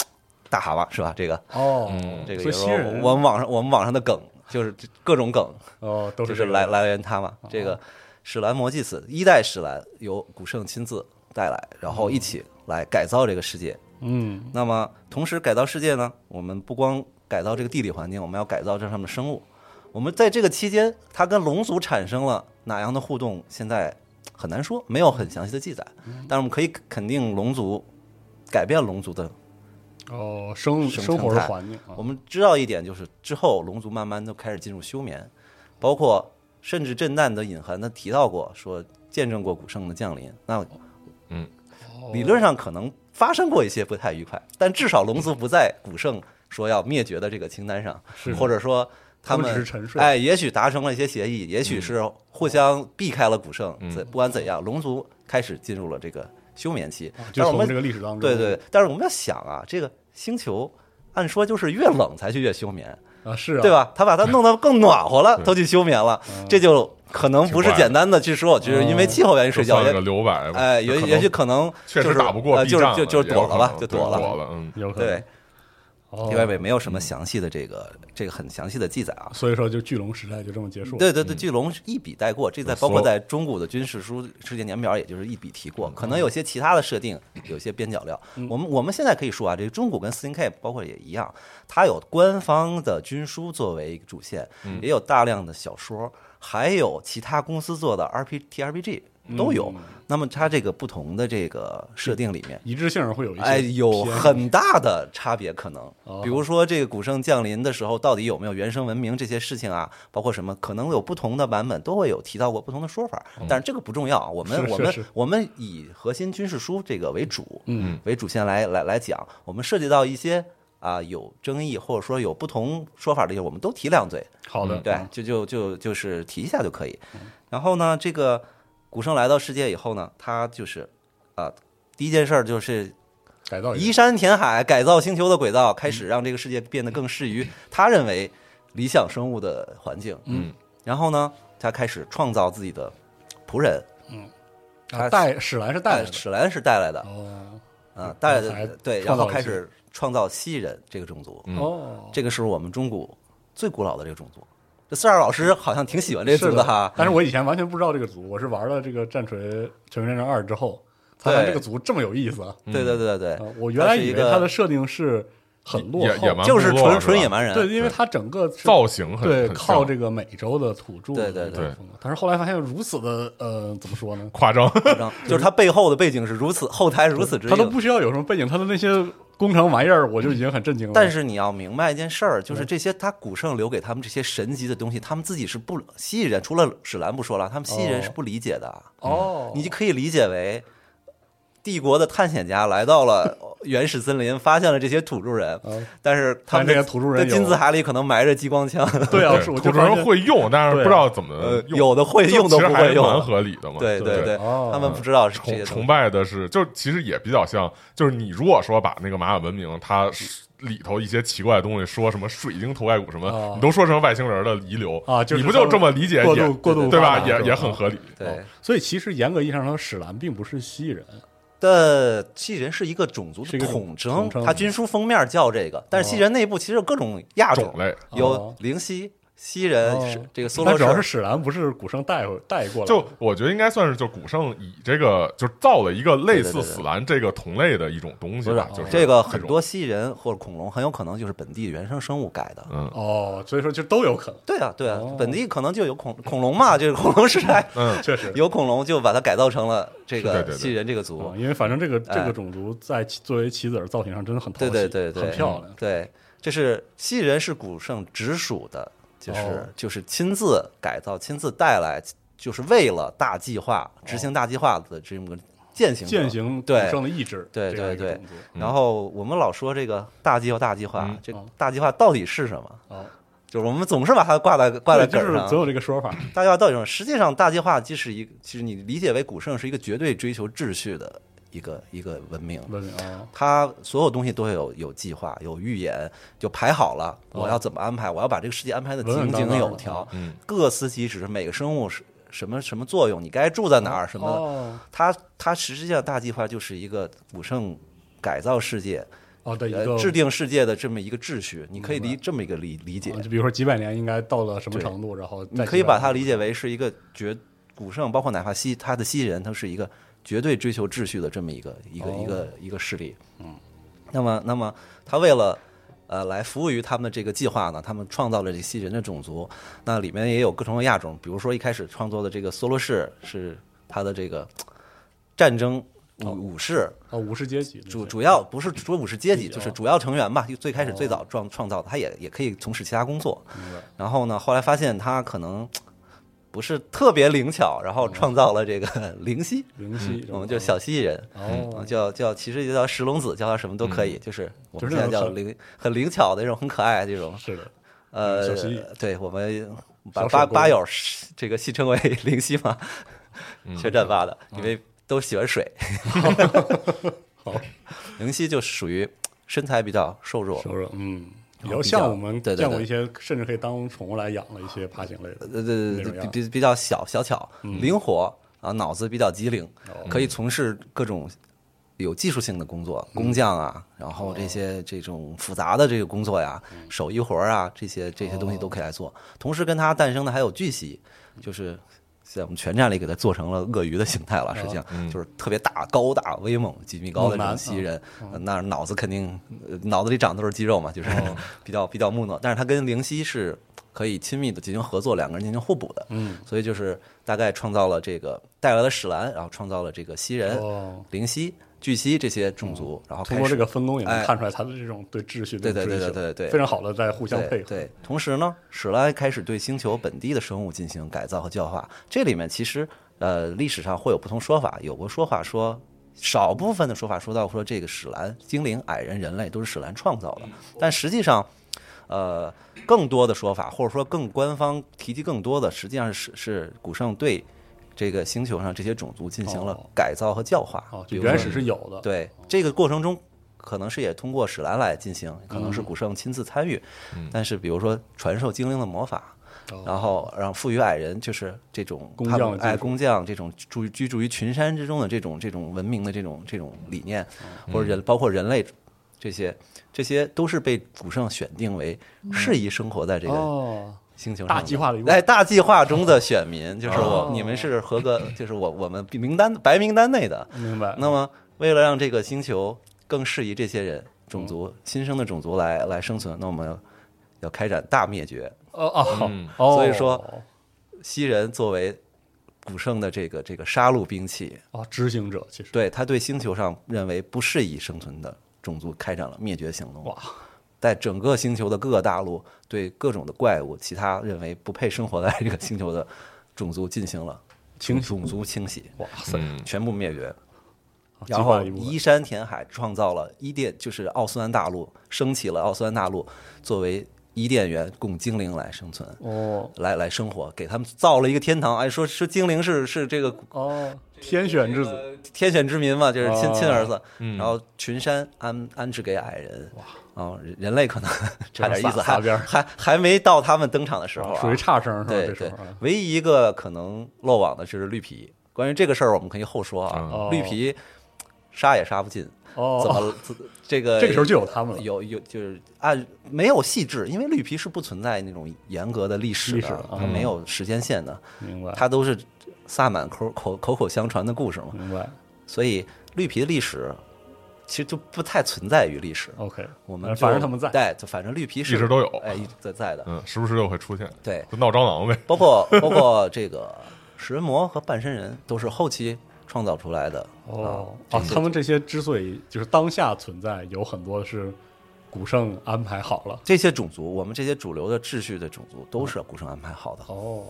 S3: 大蛤蟆是吧？这个
S1: 哦，
S3: 嗯这
S1: 所以
S3: 个也是
S1: 新人
S3: 我我们网上我们网上的梗，就是各种梗，
S1: 哦都
S3: 就是是
S1: 这个哦
S3: 来来源他嘛。这个史兰魔祭司一代史兰由古圣亲自带来，然后一起来改造这个世界。
S1: 嗯
S3: 那么同时改造世界呢，我们不光改造这个地理环境，我们要改造这上面的生物。我们在这个期间，它跟龙族产生了哪样的互动，现在很难说，没有很详细的记载。但是我们可以肯定，龙族改变龙族的。
S1: 哦，生
S3: 生
S1: 生活的
S3: 态
S1: 环境啊
S3: 我，们知道一点，就是之后龙族慢慢都开始进入休眠，包括甚至震旦的隐含的提到过，说见证过古圣的降临。那理论上可能发生过一些不太愉快，但至少龙族不在古圣说要灭绝的这个清单上，或者说
S1: 他
S3: 他们
S1: 们只是嗯沉睡
S3: 哎，也许达成了一些协议，也许是互相避开了古圣。怎不管怎样，龙族开始进入了这个休眠期。
S1: 就
S3: 但是我
S1: 从
S3: 们
S1: 这个历史当中，
S3: 对对，但是我们要想啊，这个星球按说就是越冷才去越休眠，
S1: 啊，是啊，
S3: 对？吧？他把它弄得更暖和了，都去休眠了，这就可能不是
S2: 挺怪的
S3: 简单的去说，就是因为气候原因睡觉
S2: 就算
S3: 也
S2: 个。留白吧，
S3: 哎，
S2: 有
S3: 也也许可能
S2: 确
S3: 就
S2: 实
S3: 是
S2: 打不过
S3: 呃
S2: B
S3: 就
S2: 站
S3: 是
S2: 了，
S3: 就就
S2: 也有
S3: 躲
S2: 可
S3: 了吧
S2: 能，
S3: 就
S2: 对
S3: 躲了。
S2: 躲了，嗯，
S1: 有可能
S3: 对，
S1: 哦
S3: 另外也没有什么详细的这个这个很详细的记载啊。
S1: 所以说，就巨龙时代就这么结束了。
S3: 对对对，巨龙一笔带过，这在包
S2: 所
S3: 括在中古的军事书世界年表，也就是一笔提过。可能有些其他的设定，有些边角料。我们我们现在可以说啊，这个中古跟四零 K 包括也一样，它有官方的军书作为主线，也有大量的小说，还有其他公司做的 R P T R P G 都有。那么它这个不同的这个设定里面，
S1: 一致性会有一些
S3: 哎，有
S1: 偏
S3: 很大的差别可能
S1: 哦。
S3: 比如说这个古圣降临的时候，到底有没有原生文明这些事情啊？包括什么，可能有不同的版本都会有提到过不同的说法。但是这个不重要，我们
S1: 嗯是
S3: 我
S1: 是
S3: 们
S1: 是
S3: 我们以核心军事书这个为主，
S1: 嗯，
S3: 为主线来来来讲，我们涉及到一些。啊，有争议或者说有不同说法的，我们都提两嘴，
S1: 好的，
S3: 对
S1: 啊，
S3: 就就就就是提一下就可以。然后呢，这个古圣来到世界以后呢，他就是啊、第一件事儿就是
S1: 改造一
S3: 移山填海，改造星球的轨道，
S1: 嗯
S3: 开始让这个世界变得更适于他认为理想生物的环境。
S2: 嗯，
S3: 然后呢，他开始创造自己的仆人，
S1: 下啊带史兰是带来
S3: 带
S1: 的
S3: 史莱恩是带来的，
S1: 哦
S3: 啊，带来
S1: 还
S3: 的对，然
S1: 创造
S3: 后
S1: 了
S3: 开
S1: 西
S3: 始创造西人这个种族。
S2: 嗯
S1: 哦，
S3: 这个是我们中古最古老的这个种族。这四二老师好像挺喜欢这个
S1: 是
S3: 族的哈，
S1: 但是我以前完全不知道这个族，我是玩了这个战锤《全面战争二》之后，发现
S3: 对
S1: 这个族这么有意思啊！
S3: 对对对对
S1: 啊
S3: 对，
S1: 我原来
S3: 它是
S1: 以
S3: 一
S1: 为
S3: 个
S1: 它的设定是很落
S2: 野
S1: 后
S2: 野蛮部落
S3: 就是纯纯野
S2: 是吧
S3: 蛮人，
S1: 对，因为它整个是
S2: 造型很
S1: 对
S2: 很
S1: 靠
S2: 像
S1: 这个美洲的土著
S3: 对对
S1: 的这种
S2: 对
S1: 风格，但是后来发现如此的呃，怎么说呢？[laughs]
S2: 夸张，
S3: 夸张就是他背后的背景是如此，后台如此之
S1: 他都
S3: 硬。
S1: 不需要有什么背景，他的那些工程玩意儿，我就已经很震惊了。
S3: 但是你要明白一件事儿，
S1: 嗯
S3: 就是这些他古圣留给他们这些神级的东西，他们自己是不蜥蜴人，除了史兰不说了，他们蜥蜴人是不理解的。
S1: 哦，
S3: 你就可以理解为，帝国的探险家来到了 [laughs] 原始森林，发现了这些土著人，
S1: 哦
S3: 但是他们
S1: 但是这些土著人
S3: 的
S1: 有
S3: 金字塔里可能埋着激光枪，
S1: 对啊，
S2: 对
S1: 是我
S2: 土
S1: 就
S2: 著人会用，但是不知道怎么
S3: [laughs] 呃，
S2: 用，
S3: 有的会
S2: 就
S3: 用都
S2: 其实
S3: 不
S2: 还
S3: 会
S2: 是蛮
S3: 用。
S2: 合理的嘛。
S3: 对
S2: 对
S3: 对，
S1: 哦
S3: 他们不知道是这
S2: 崇
S3: 些东
S2: 崇
S3: 西。
S2: 拜的是，就其实也比较像，就是你如果说把那个玛雅文明它
S1: 嗯
S2: 里头一些奇怪的东西，说什么水晶头盖骨什么，
S1: 哦
S2: 你都说成外星人的遗留
S1: 啊就是
S2: 你不就这么理解也
S1: 过度过度
S2: 对
S1: 发
S2: 吧？
S1: 达
S2: 也
S1: 是吧
S2: 也很合理。
S1: 啊
S3: 对，
S1: 所以其实严格意义上说，史兰并不是蜥蜴人，
S3: 的蜥蜴人是一个种族
S1: 是
S3: 的
S1: 一个种
S3: 统
S1: 统
S3: 称，
S1: 称
S3: 它军书封面叫这个，但是蜥蜴人内部其实有各种亚
S2: 种类
S3: 有
S1: 哦
S3: 灵蜥、蜥蜴人、
S1: 哦
S3: 是这个梭
S1: 但
S3: 罗
S1: 主要是
S3: 什，
S1: 史兰不是古圣带回带过来的，
S2: 就我觉得应该算是，就古圣以这个就是造了一个类
S3: 对对对
S2: 似
S3: 对对
S2: 死兰这个同类的一种东西
S3: 不是
S2: 吧，就是
S3: 这个
S2: 这
S3: 很
S2: 种
S3: 多蜥蜴人或者恐龙很有可能就是本地原生生物改的。
S2: 嗯
S1: 哦，所以说就都有可能，
S3: 对啊，对啊
S1: 哦，
S3: 本地可能就有恐恐龙嘛，就是恐龙时代
S2: 嗯，
S1: 确实。
S3: [laughs] 有恐龙，就把它改造成了这
S2: 是对
S3: 个
S2: 对对
S3: 蜥蜴人这个
S1: 啊
S3: 族。
S1: 因为反正这个这
S3: 哎
S1: 个种族在其作为棋子儿造型上真的很讨
S3: 对
S1: 喜，
S3: 对对对，
S1: 很漂亮。
S3: 对，这是蜥蜴人是古圣直属的，就是、
S1: 哦
S3: 就是亲自改造、亲自带来，就是为了大计划执行大计划的这么个践行者
S1: 哦践。行古
S3: 对
S1: 圣的意志，
S3: 对
S1: 这样一
S3: 对
S1: 个
S3: 对
S1: 种族
S3: 然后我们老说这个大计划，大计划
S2: 嗯，
S3: 这
S1: 哦
S3: 大计划到底是什么？
S1: 哦，
S3: 就是我们总是把它挂在挂在
S1: 对
S3: 梗
S1: 就是
S3: 上，
S1: 总有这个说法，
S3: 大计划到底是什么？实际上，大计划既是一个，其实你理解为古圣是一个绝对追求秩序的一个一个文明，
S1: 文明哦
S3: 他所有东西都会有有计划、有预言，就排好了，
S1: 哦
S3: 我要怎么安排，我要把这个世界安排的
S1: 稳稳
S3: 井
S1: 当当
S3: 井
S1: 的
S3: 有条。
S2: 嗯
S3: 各司其职，每个生物是什么什么作用，你该住在哪儿什么的。
S1: 哦
S3: 他他实际上大计划就是一个古圣改造世界、
S1: 哦的一
S3: 呃
S1: 个
S3: 制定世界的这么一个秩序，你可以理这么一个理理解
S1: 啊，就比如说几百年应该到了什么
S3: 对
S1: 程度，然后
S3: 你
S1: 再
S3: 可以
S1: 几百
S3: 把
S1: 年
S3: 它理解为是一个绝古圣，包括哪怕西他的西人，他是一个绝对追求秩序的这么一个一个、
S1: 哦
S3: 一个一个势力。嗯，那么那么他为了呃来服务于他们的这个计划呢，他们创造了这西人的种族，那里面也有各种的亚种，比如说一开始创作的这个梭罗氏是他的这个战争武武士，
S1: 啊武士阶级那
S3: 主
S1: 些
S3: 主要不是说武士阶级，
S1: 阶级
S3: 就是
S1: 哦
S3: 主要成员吧。就最开始最早创创造的，他也也可以从事其他工作
S1: 明白。
S3: 然后呢，后来发现他可能嘖不是特别灵巧，然后创造了这个 [laughs] 灵犀，
S1: 灵犀，
S3: 嗯
S1: 啊
S3: 我们就小蜥蜴人，
S1: 嗯哦嗯
S3: 嗯叫叫其实就叫石龙子，叫他什么都可以，就是我
S1: 就
S3: 们
S1: 是
S3: 现
S1: 那
S3: 在
S1: 种
S3: 叫
S1: 很
S3: 灵很灵巧的这种很可爱的这种
S1: 是的，嗯小
S3: 呃
S1: 蜥蜴，
S3: 对我们把
S1: 小手
S3: 吧
S1: 工
S3: 吧友是这个戏称为 [laughs] 灵犀嘛，
S1: 嗯
S3: 全战吧的，因为都喜欢水。 [laughs]
S1: 好，
S3: 灵犀就属于身材比较瘦弱，
S1: 收入嗯。比
S3: 然
S1: 较
S3: 后比
S1: 像
S3: 较
S1: 我们
S3: 对对
S1: 见过
S3: 对
S1: 一些，甚至可以当宠物来养的一些爬行类的，
S3: 呃，对
S1: 那
S3: 对
S1: 种
S3: 对，
S1: 样
S3: 比比比较小小巧，
S1: 嗯
S3: 灵活啊，脑子比较机灵，
S1: 哦
S3: 可以从事各种有技术性的工作，
S1: 嗯
S3: 工匠啊，然后
S1: 哦
S3: 这些这种复杂的这个工作呀，
S1: 嗯
S3: 手艺活儿啊，这些这些东
S1: 哦
S3: 西都可以来做。同时跟它诞生的还有巨蜥，就是。在我们全站里给它做成了鳄鱼的形态了，实际上就是特别大、高大、威猛、几米高的
S1: 哦嗯
S3: 这
S1: 猛男
S3: 种蜥蜴人，
S1: 嗯
S3: 呃那脑子肯定呃脑子里长的都是肌肉嘛，就是
S1: 哦
S3: [laughs] 比较比较木讷。但是它跟灵犀是可以亲密的进行合作，两个人进行互补的。
S1: 嗯，
S3: 所以就是大概创造了这个带来了史兰，然后创造了这个西人、
S1: 哦
S3: 灵犀、巨蜥这些种族，然后
S1: 通
S3: 开
S1: 过
S3: 始
S1: 这个分工也能
S3: 哎
S1: 看出来他的这种对秩序的
S3: 对对
S1: 追
S3: 对
S1: 求，
S3: 对对对
S1: 非常好的在互相
S3: 对
S1: 配合。
S3: 对，同时呢，史莱开始对星球本地的生物进行改造和教化。这里面其实呃，历史上会有不同说法，有个说法说。少部分的说法说到说这个史兰精灵、矮人、人类都是史兰创造的，但实际上，呃，更多的说法或者说更官方提及更多的，实际上是是古圣对这个星球上这些种族进行了
S1: 哦
S3: 改造和教化。
S1: 哦，
S3: 比
S1: 就
S3: 如
S1: 原
S3: 说
S1: 始是有的，哦
S3: 对这个过程中，可能是也通过史兰来进行，可能
S1: 嗯
S3: 是古圣亲自参与，但是比如说传授精灵的魔法，然后让赋予矮人就是这种
S1: 哦工
S3: 他
S1: 匠
S3: 们
S1: 的技
S3: 哎
S1: 术
S3: 工匠这种住居住于群山之中的这种这种文明的这种这种理念，
S1: 嗯
S3: 或者人包括人类这些这些都是被古圣选定为适宜生活在这个
S1: 嗯哦，
S3: 星球上的
S1: 大计划的一部分
S3: 哎，大计划中的选民就是
S1: 哦
S3: 我，你们是合格，就是我我们名单白名单内的。
S1: 明白。
S3: 那么，为了让这个星球更适宜这些人种
S1: 嗯
S3: 族新生的种族来来生存，那我们要要开展大灭绝。
S1: 哦哦
S2: 嗯
S1: 哦，
S3: 所以说西人作为古圣的这个这个杀戮兵器，
S1: 啊，执行者其实
S3: 对他对星球上认为不适宜生存的种族开展了灭绝行动。
S1: 哇，
S3: 在整个星球的各个大陆，对各种的怪物、其他认为不配生活在这个星球的种族进行了
S1: 清洗
S3: 种族清洗，
S1: 哇塞，
S2: 嗯，
S3: 全部灭绝。
S1: 啊计
S3: 然
S1: 划
S3: 后
S1: 的一部分
S3: 依山填海，创造了伊甸，就是奥斯安大陆，升起了奥斯安大陆作为伊甸园，供精灵来生存。
S1: 哦
S3: 来来生活，给他们造了一个天堂。哎，说说精灵是是这个呃
S1: 哦，天选之子，
S3: 天选之民嘛，就是亲
S1: 哦
S3: 亲儿子，然后群山安安置给矮人，啊，人人类可能 [laughs] 差点意
S1: 撒
S3: 思，
S1: 撒
S3: 还
S1: 边儿
S3: 还还没到他们登场的时候啊，
S1: 属于差生是吧？
S3: 对
S1: 这时
S3: 对
S1: 候啊，
S3: 唯一一个可能漏网的就是绿皮。关于这个事儿，我们可以后说
S1: 哦
S3: 啊，绿皮杀也杀不尽，怎
S1: 哦，
S3: 么怎这
S1: [laughs]
S3: 个
S1: 这个时候就有他们了。
S3: 有有就是按没有细致，因为绿皮是不存在那种严格的历史
S1: 历史
S3: 的
S1: 的，嗯
S3: 它没有时间线的，
S1: 明白，
S3: 它都是萨满口口口口相传的故事嘛。
S1: 明白。
S3: 所以绿皮的历史其实就不太存在于历史。
S1: OK，
S3: 我们
S1: 呃
S3: 就
S1: 反正他们在
S3: 对，就反正绿皮是
S2: 一直都有
S3: 哎，一直在在的，
S2: 嗯，时不时就会出现，
S3: 对，
S2: 就闹蟑螂呗。
S3: 包括 [laughs] 包括这个食人魔和半身人都是后期创造出来的。
S1: 哦
S3: 啊
S1: 啊，他们这些之所以就是当下存在，有很多是古圣安排好了。
S3: 这些种族，我们这些主流的秩序的种族，都是古圣安排好的，
S1: 哦，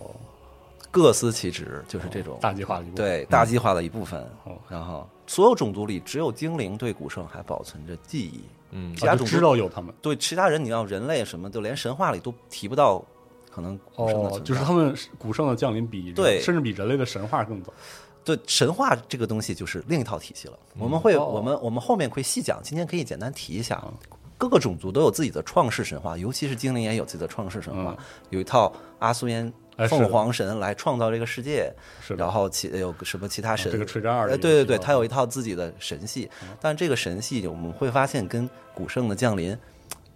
S3: 各司其职，就是这种
S1: 大计划里部分啊
S3: 对大计划的一部分
S1: 哦。
S3: 然后，所有种族里，只有精灵对古圣还保存着记忆，
S2: 嗯
S3: 其
S1: 啊
S3: 他
S1: 就
S3: 种
S1: 知
S3: 族
S1: 道有他们。
S3: 对其他人，你要人类什么，就连神话里都提不到，可能古圣的
S1: 哦
S3: 存，在。
S1: 就是他们古圣的降临比人
S3: 对
S1: 甚至比人类的神话更早。
S3: 对神话这个东西就是另一套体系了。我们会，
S1: 哦嗯
S3: 我们我们后面会细讲，今天可以简单提一下。各个种族都有自己的创世神话，尤其是精灵也有自己的创世神话，有一套阿苏烟
S1: 嗯哎是的
S3: 凤凰神来创造这个世界，
S1: 是的啊
S3: 然后其有什么其他神，
S1: 这个吹战二
S3: 呃
S1: 的
S3: 对对对，
S1: 也提到
S3: 它有一套自己的神系，
S1: 嗯
S3: 但这个神系我们会发现跟古圣的降临，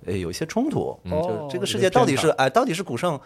S3: 呃，有一些冲突。
S1: 哦
S3: 就是这个世
S1: 有
S3: 界
S1: 点
S3: 到底
S1: 偏袒
S3: 是哎，到底是古圣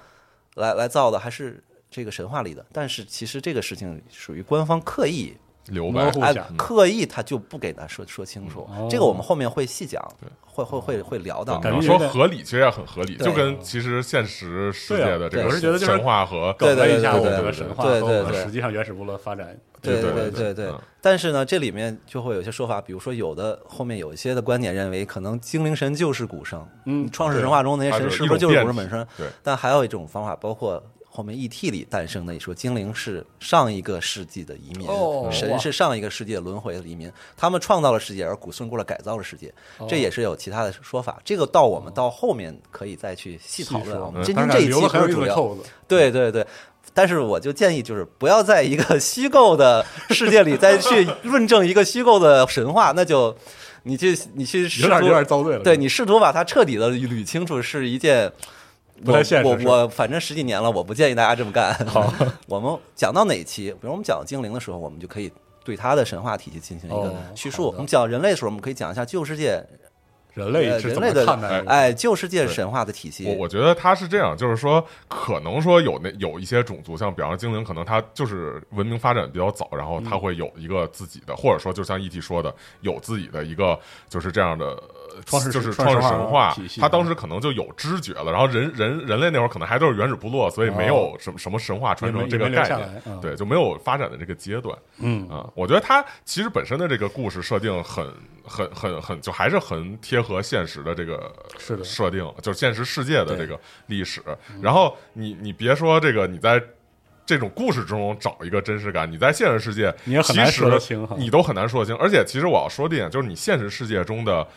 S3: 来来造的，还是这个神话里的？但是其实这个事情属于官方刻意，
S2: 留
S1: 模
S2: 白，
S1: 糊不
S3: 哎
S1: 讲，
S3: 刻意他就不给咱说说清楚
S1: 嗯哦。
S3: 这个我们后面会细讲，会会会会聊到
S2: 你。
S1: 感觉
S2: 要
S1: 有
S2: 说
S1: 点
S2: 合理，其实也很合理，
S3: 对
S2: 就跟其实现实世界的这
S3: 对啊对
S2: 个
S3: 我
S1: 是觉得就是
S2: 神话和
S1: 搞
S3: 对
S1: 了
S3: 对
S1: 一下我
S3: 对对
S1: 们的
S3: 对对
S1: 神话
S3: 对
S1: 和
S3: 对
S1: 我们
S3: 对
S1: 实际上原始部落发展。
S2: 对
S3: 对对
S2: 对
S3: 对
S2: 对
S3: 对
S2: 嗯，
S3: 但是呢，这里面就会有些说法，比如说有的后面有一些的观点认为，可能精灵神就是古圣，
S1: 嗯
S3: 创世神话中那些
S2: 它
S3: 神
S2: 是
S3: 是
S2: 一
S3: 不是
S2: 种
S3: 就是
S2: 变
S3: 古圣本身？
S2: 对
S3: 但还有一种方法，包括后面 E.T. 里诞生的，说精灵是上一个世纪的移民，
S1: 哦哇
S3: 神是上一个世纪的轮回的移民，他们创造了世界，而古圣过来改造了世界，这也是有其他的说法。这个到我们到后面可以再去细讨论啊。我们今
S1: 当然
S3: 天这一
S1: 留
S3: 期
S1: 了很有
S3: 不是
S1: 意思
S3: 主
S1: 的
S3: 流，
S1: 扣子。
S3: 对对对，但是我就建议，就是不要在一个虚构的世界里再去论证一个虚构的神话，那就你去你去试
S1: 有点
S3: 图
S1: 有点遭罪了
S3: 对你试图把它彻底的捋清楚是一件。
S1: 不太现实
S3: 我
S1: 是吧
S3: 我我反正十几年了，我不建议大家这么干。好， [laughs] 我们讲到哪一期，比如我们讲精灵的时候，我们就可以对它的神话体系进行一
S1: 哦
S3: 个叙述；我们讲人类的时候，我们可以讲一下旧世界，
S1: 人
S3: 呃，
S1: 类是
S3: 人
S1: 怎
S3: 类
S1: 么
S3: 的
S1: 看待的？
S3: 哎，旧世界神话的体系。
S2: 我我觉得他是这样，就是说，可能说有那有一些种族，像比方说精灵，可能他就是文明发展比较早，然后
S1: 嗯
S2: 他会有一个自己的，或者说就像 E.T. 说的，有自己的一个就是这样的，呃
S1: 创世
S2: 就是
S1: 创世
S2: 创世
S1: 神
S2: 神
S1: 话
S2: 话
S1: 体系。嗯
S2: 他当时可能就有知觉了，然后人人人类那会儿可能还都是原始部落，所以没有什么什么神话传
S1: 也
S2: 承
S1: 哦没
S2: 这个
S1: 也没留
S2: 概
S1: 下
S2: 念
S1: 来嗯，
S2: 对，就没有发展的这个阶段。
S1: 嗯
S2: 啊，我觉得它其实本身的这个故事设定很、很、很、很，就还是很贴合现实的这个
S1: 是的嗯
S2: 设定，就是现实世界的这个历史。然后你你别说这个，你在这种故事中找一个真实感，你在现实世界
S1: 你也很难
S2: 其实
S1: 说得清哈
S2: 你都很难说得清。而且其实我要说的一点就是，你现实世界中
S1: 嗯
S2: 的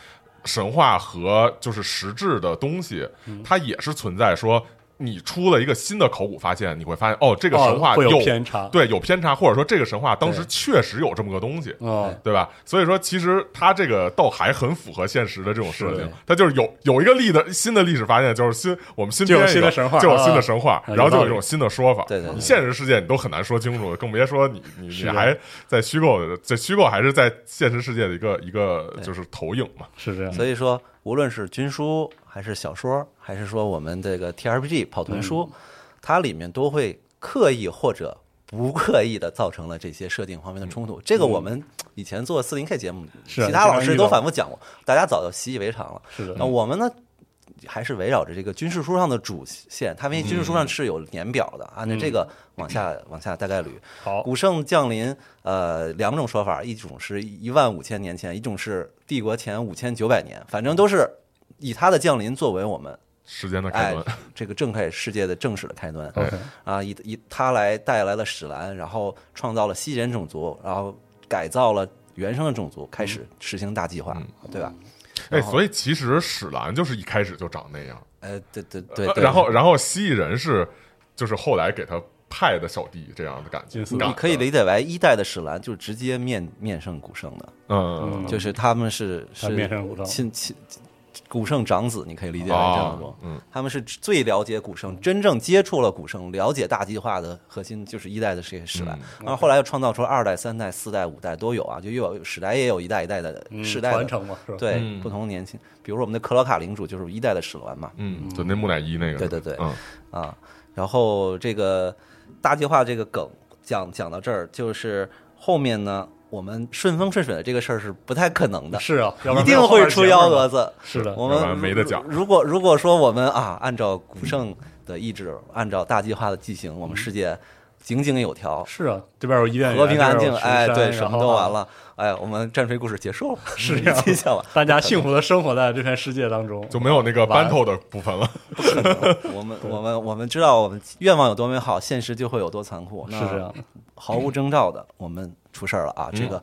S2: 神话和就是实质的东西，它也是存在说。你出了一个新的考古发现，你会发现哦，
S1: 这
S2: 这个神话
S1: 会
S2: 有
S1: 偏差，
S2: 对有偏差，或者说这个神话当时
S1: 对
S2: 确实有这么个东西，
S3: 哎
S1: 啊，
S2: 对吧？所以说，其实它这个倒还很符合现实的这种设
S1: 是
S2: 定
S1: 的，
S2: 它就是有有一个历的新的历史发现，就是新我们新
S1: 就有
S2: 编一
S1: 新
S2: 个
S1: 的神话
S2: 就有新
S1: 啊
S2: 的神话，
S1: 有
S2: 然后就
S1: 道
S2: 有
S1: 理
S2: 这种新的说法。
S3: 对对对
S2: 你现实世界你都很难说清楚，更别说你你你
S1: 的
S2: 还在虚构的，在虚构还是在现实世界的一个一个就是投影嘛。
S1: 是这样的，
S3: 所以说，无论是军书还是小说，还是说我们这个 TRPG 跑团书，它里面都会刻意或者不刻意的造成了这些设定方面的冲突。这个我们以前做四零 K 节目，
S1: 是啊
S3: 其他老
S1: 经常
S3: 师都
S1: 遇到
S3: 反复讲过，大家早就习以为常了。
S1: 是的
S3: 那我们呢？还是围绕着这个军事书上的主线，他们军事书
S1: 嗯
S3: 上是有年表的，按照这个往下往下大概捋。
S1: 好，
S3: 古圣降临，呃，两种说法，一种是一万五千年前，一种是帝国前五千九百年，反正都是以它的降临作为我们
S2: 时间的开
S3: 哎
S2: 端，嗯
S3: 这个正开世界的正史的开端
S1: OK
S3: 啊，以以它来带来了史兰，然后创造了西人种族，然后改造了原生的种族，开
S2: 嗯
S3: 始实行大计划，对吧？
S2: 哎，所以其实史兰就是一开始就长那样，
S3: 呃，对对对
S2: 呃，
S3: 对
S2: 然后然后蜥蜴人是就是后来给他派的小弟这样的感觉，
S1: 近似
S2: 感
S3: 你可以理解为一代的史兰就是直接面面圣古圣的，
S2: 嗯
S1: 嗯
S3: 就是他们是
S1: 他
S3: 是
S1: 面圣古圣哦
S3: 亲亲古圣长子，你可以理解为这样
S2: 啊
S3: 一种。
S2: 嗯
S3: 他们是最了解古圣，真正接触了古圣，了解大计划的核心就是一代的这些史莱，
S2: 嗯
S3: 然后后来又创造出二代、三代、四代、五代都有啊，就又有史莱也有一代一代的
S1: 嗯
S3: 世代的
S1: 传承嘛，是吧？
S3: 对、
S2: 嗯
S3: 不同年轻，比如说我们的克罗卡领主就是一代的史兰嘛，
S2: 嗯，就那木乃伊那个，
S3: 对对对
S2: 嗯
S3: 啊，然后这个大计划这个梗讲讲到这儿，就是后面呢，我们顺风顺水的这个事儿是不太可能的，
S1: 是啊，要不
S3: 一
S1: 然
S3: 定
S1: 没有后
S3: 会
S1: 边
S3: 出
S1: 节目
S3: 幺
S1: 嘛
S3: 蛾子。
S1: 是的，
S3: 我
S2: 要不
S3: 们
S2: 然没得讲
S3: 如如果如果说我们啊，按照古圣的意志，按照大计划的进行，我们世界井井有条，
S1: 是啊，这边有伊甸园，
S3: 和平安
S1: 这边
S3: 静
S1: 有，石
S3: 哎，
S1: 山
S3: 对，什么都完。
S1: 然后
S3: 了，哎，我们战锤故事结束了，
S1: [laughs] 是
S3: 一
S1: 呀 [laughs]
S3: 期讲完，
S1: 大家幸福的生活在这片世界当中，
S2: 就没有那个
S1: 完
S2: battle 的部分了。 [laughs]
S3: 不可能。我们我们我们知道我们愿望有多美好，现实就会有多残酷，
S1: 是这样嗯的。
S3: 毫无征兆的，我们出事儿了啊！这个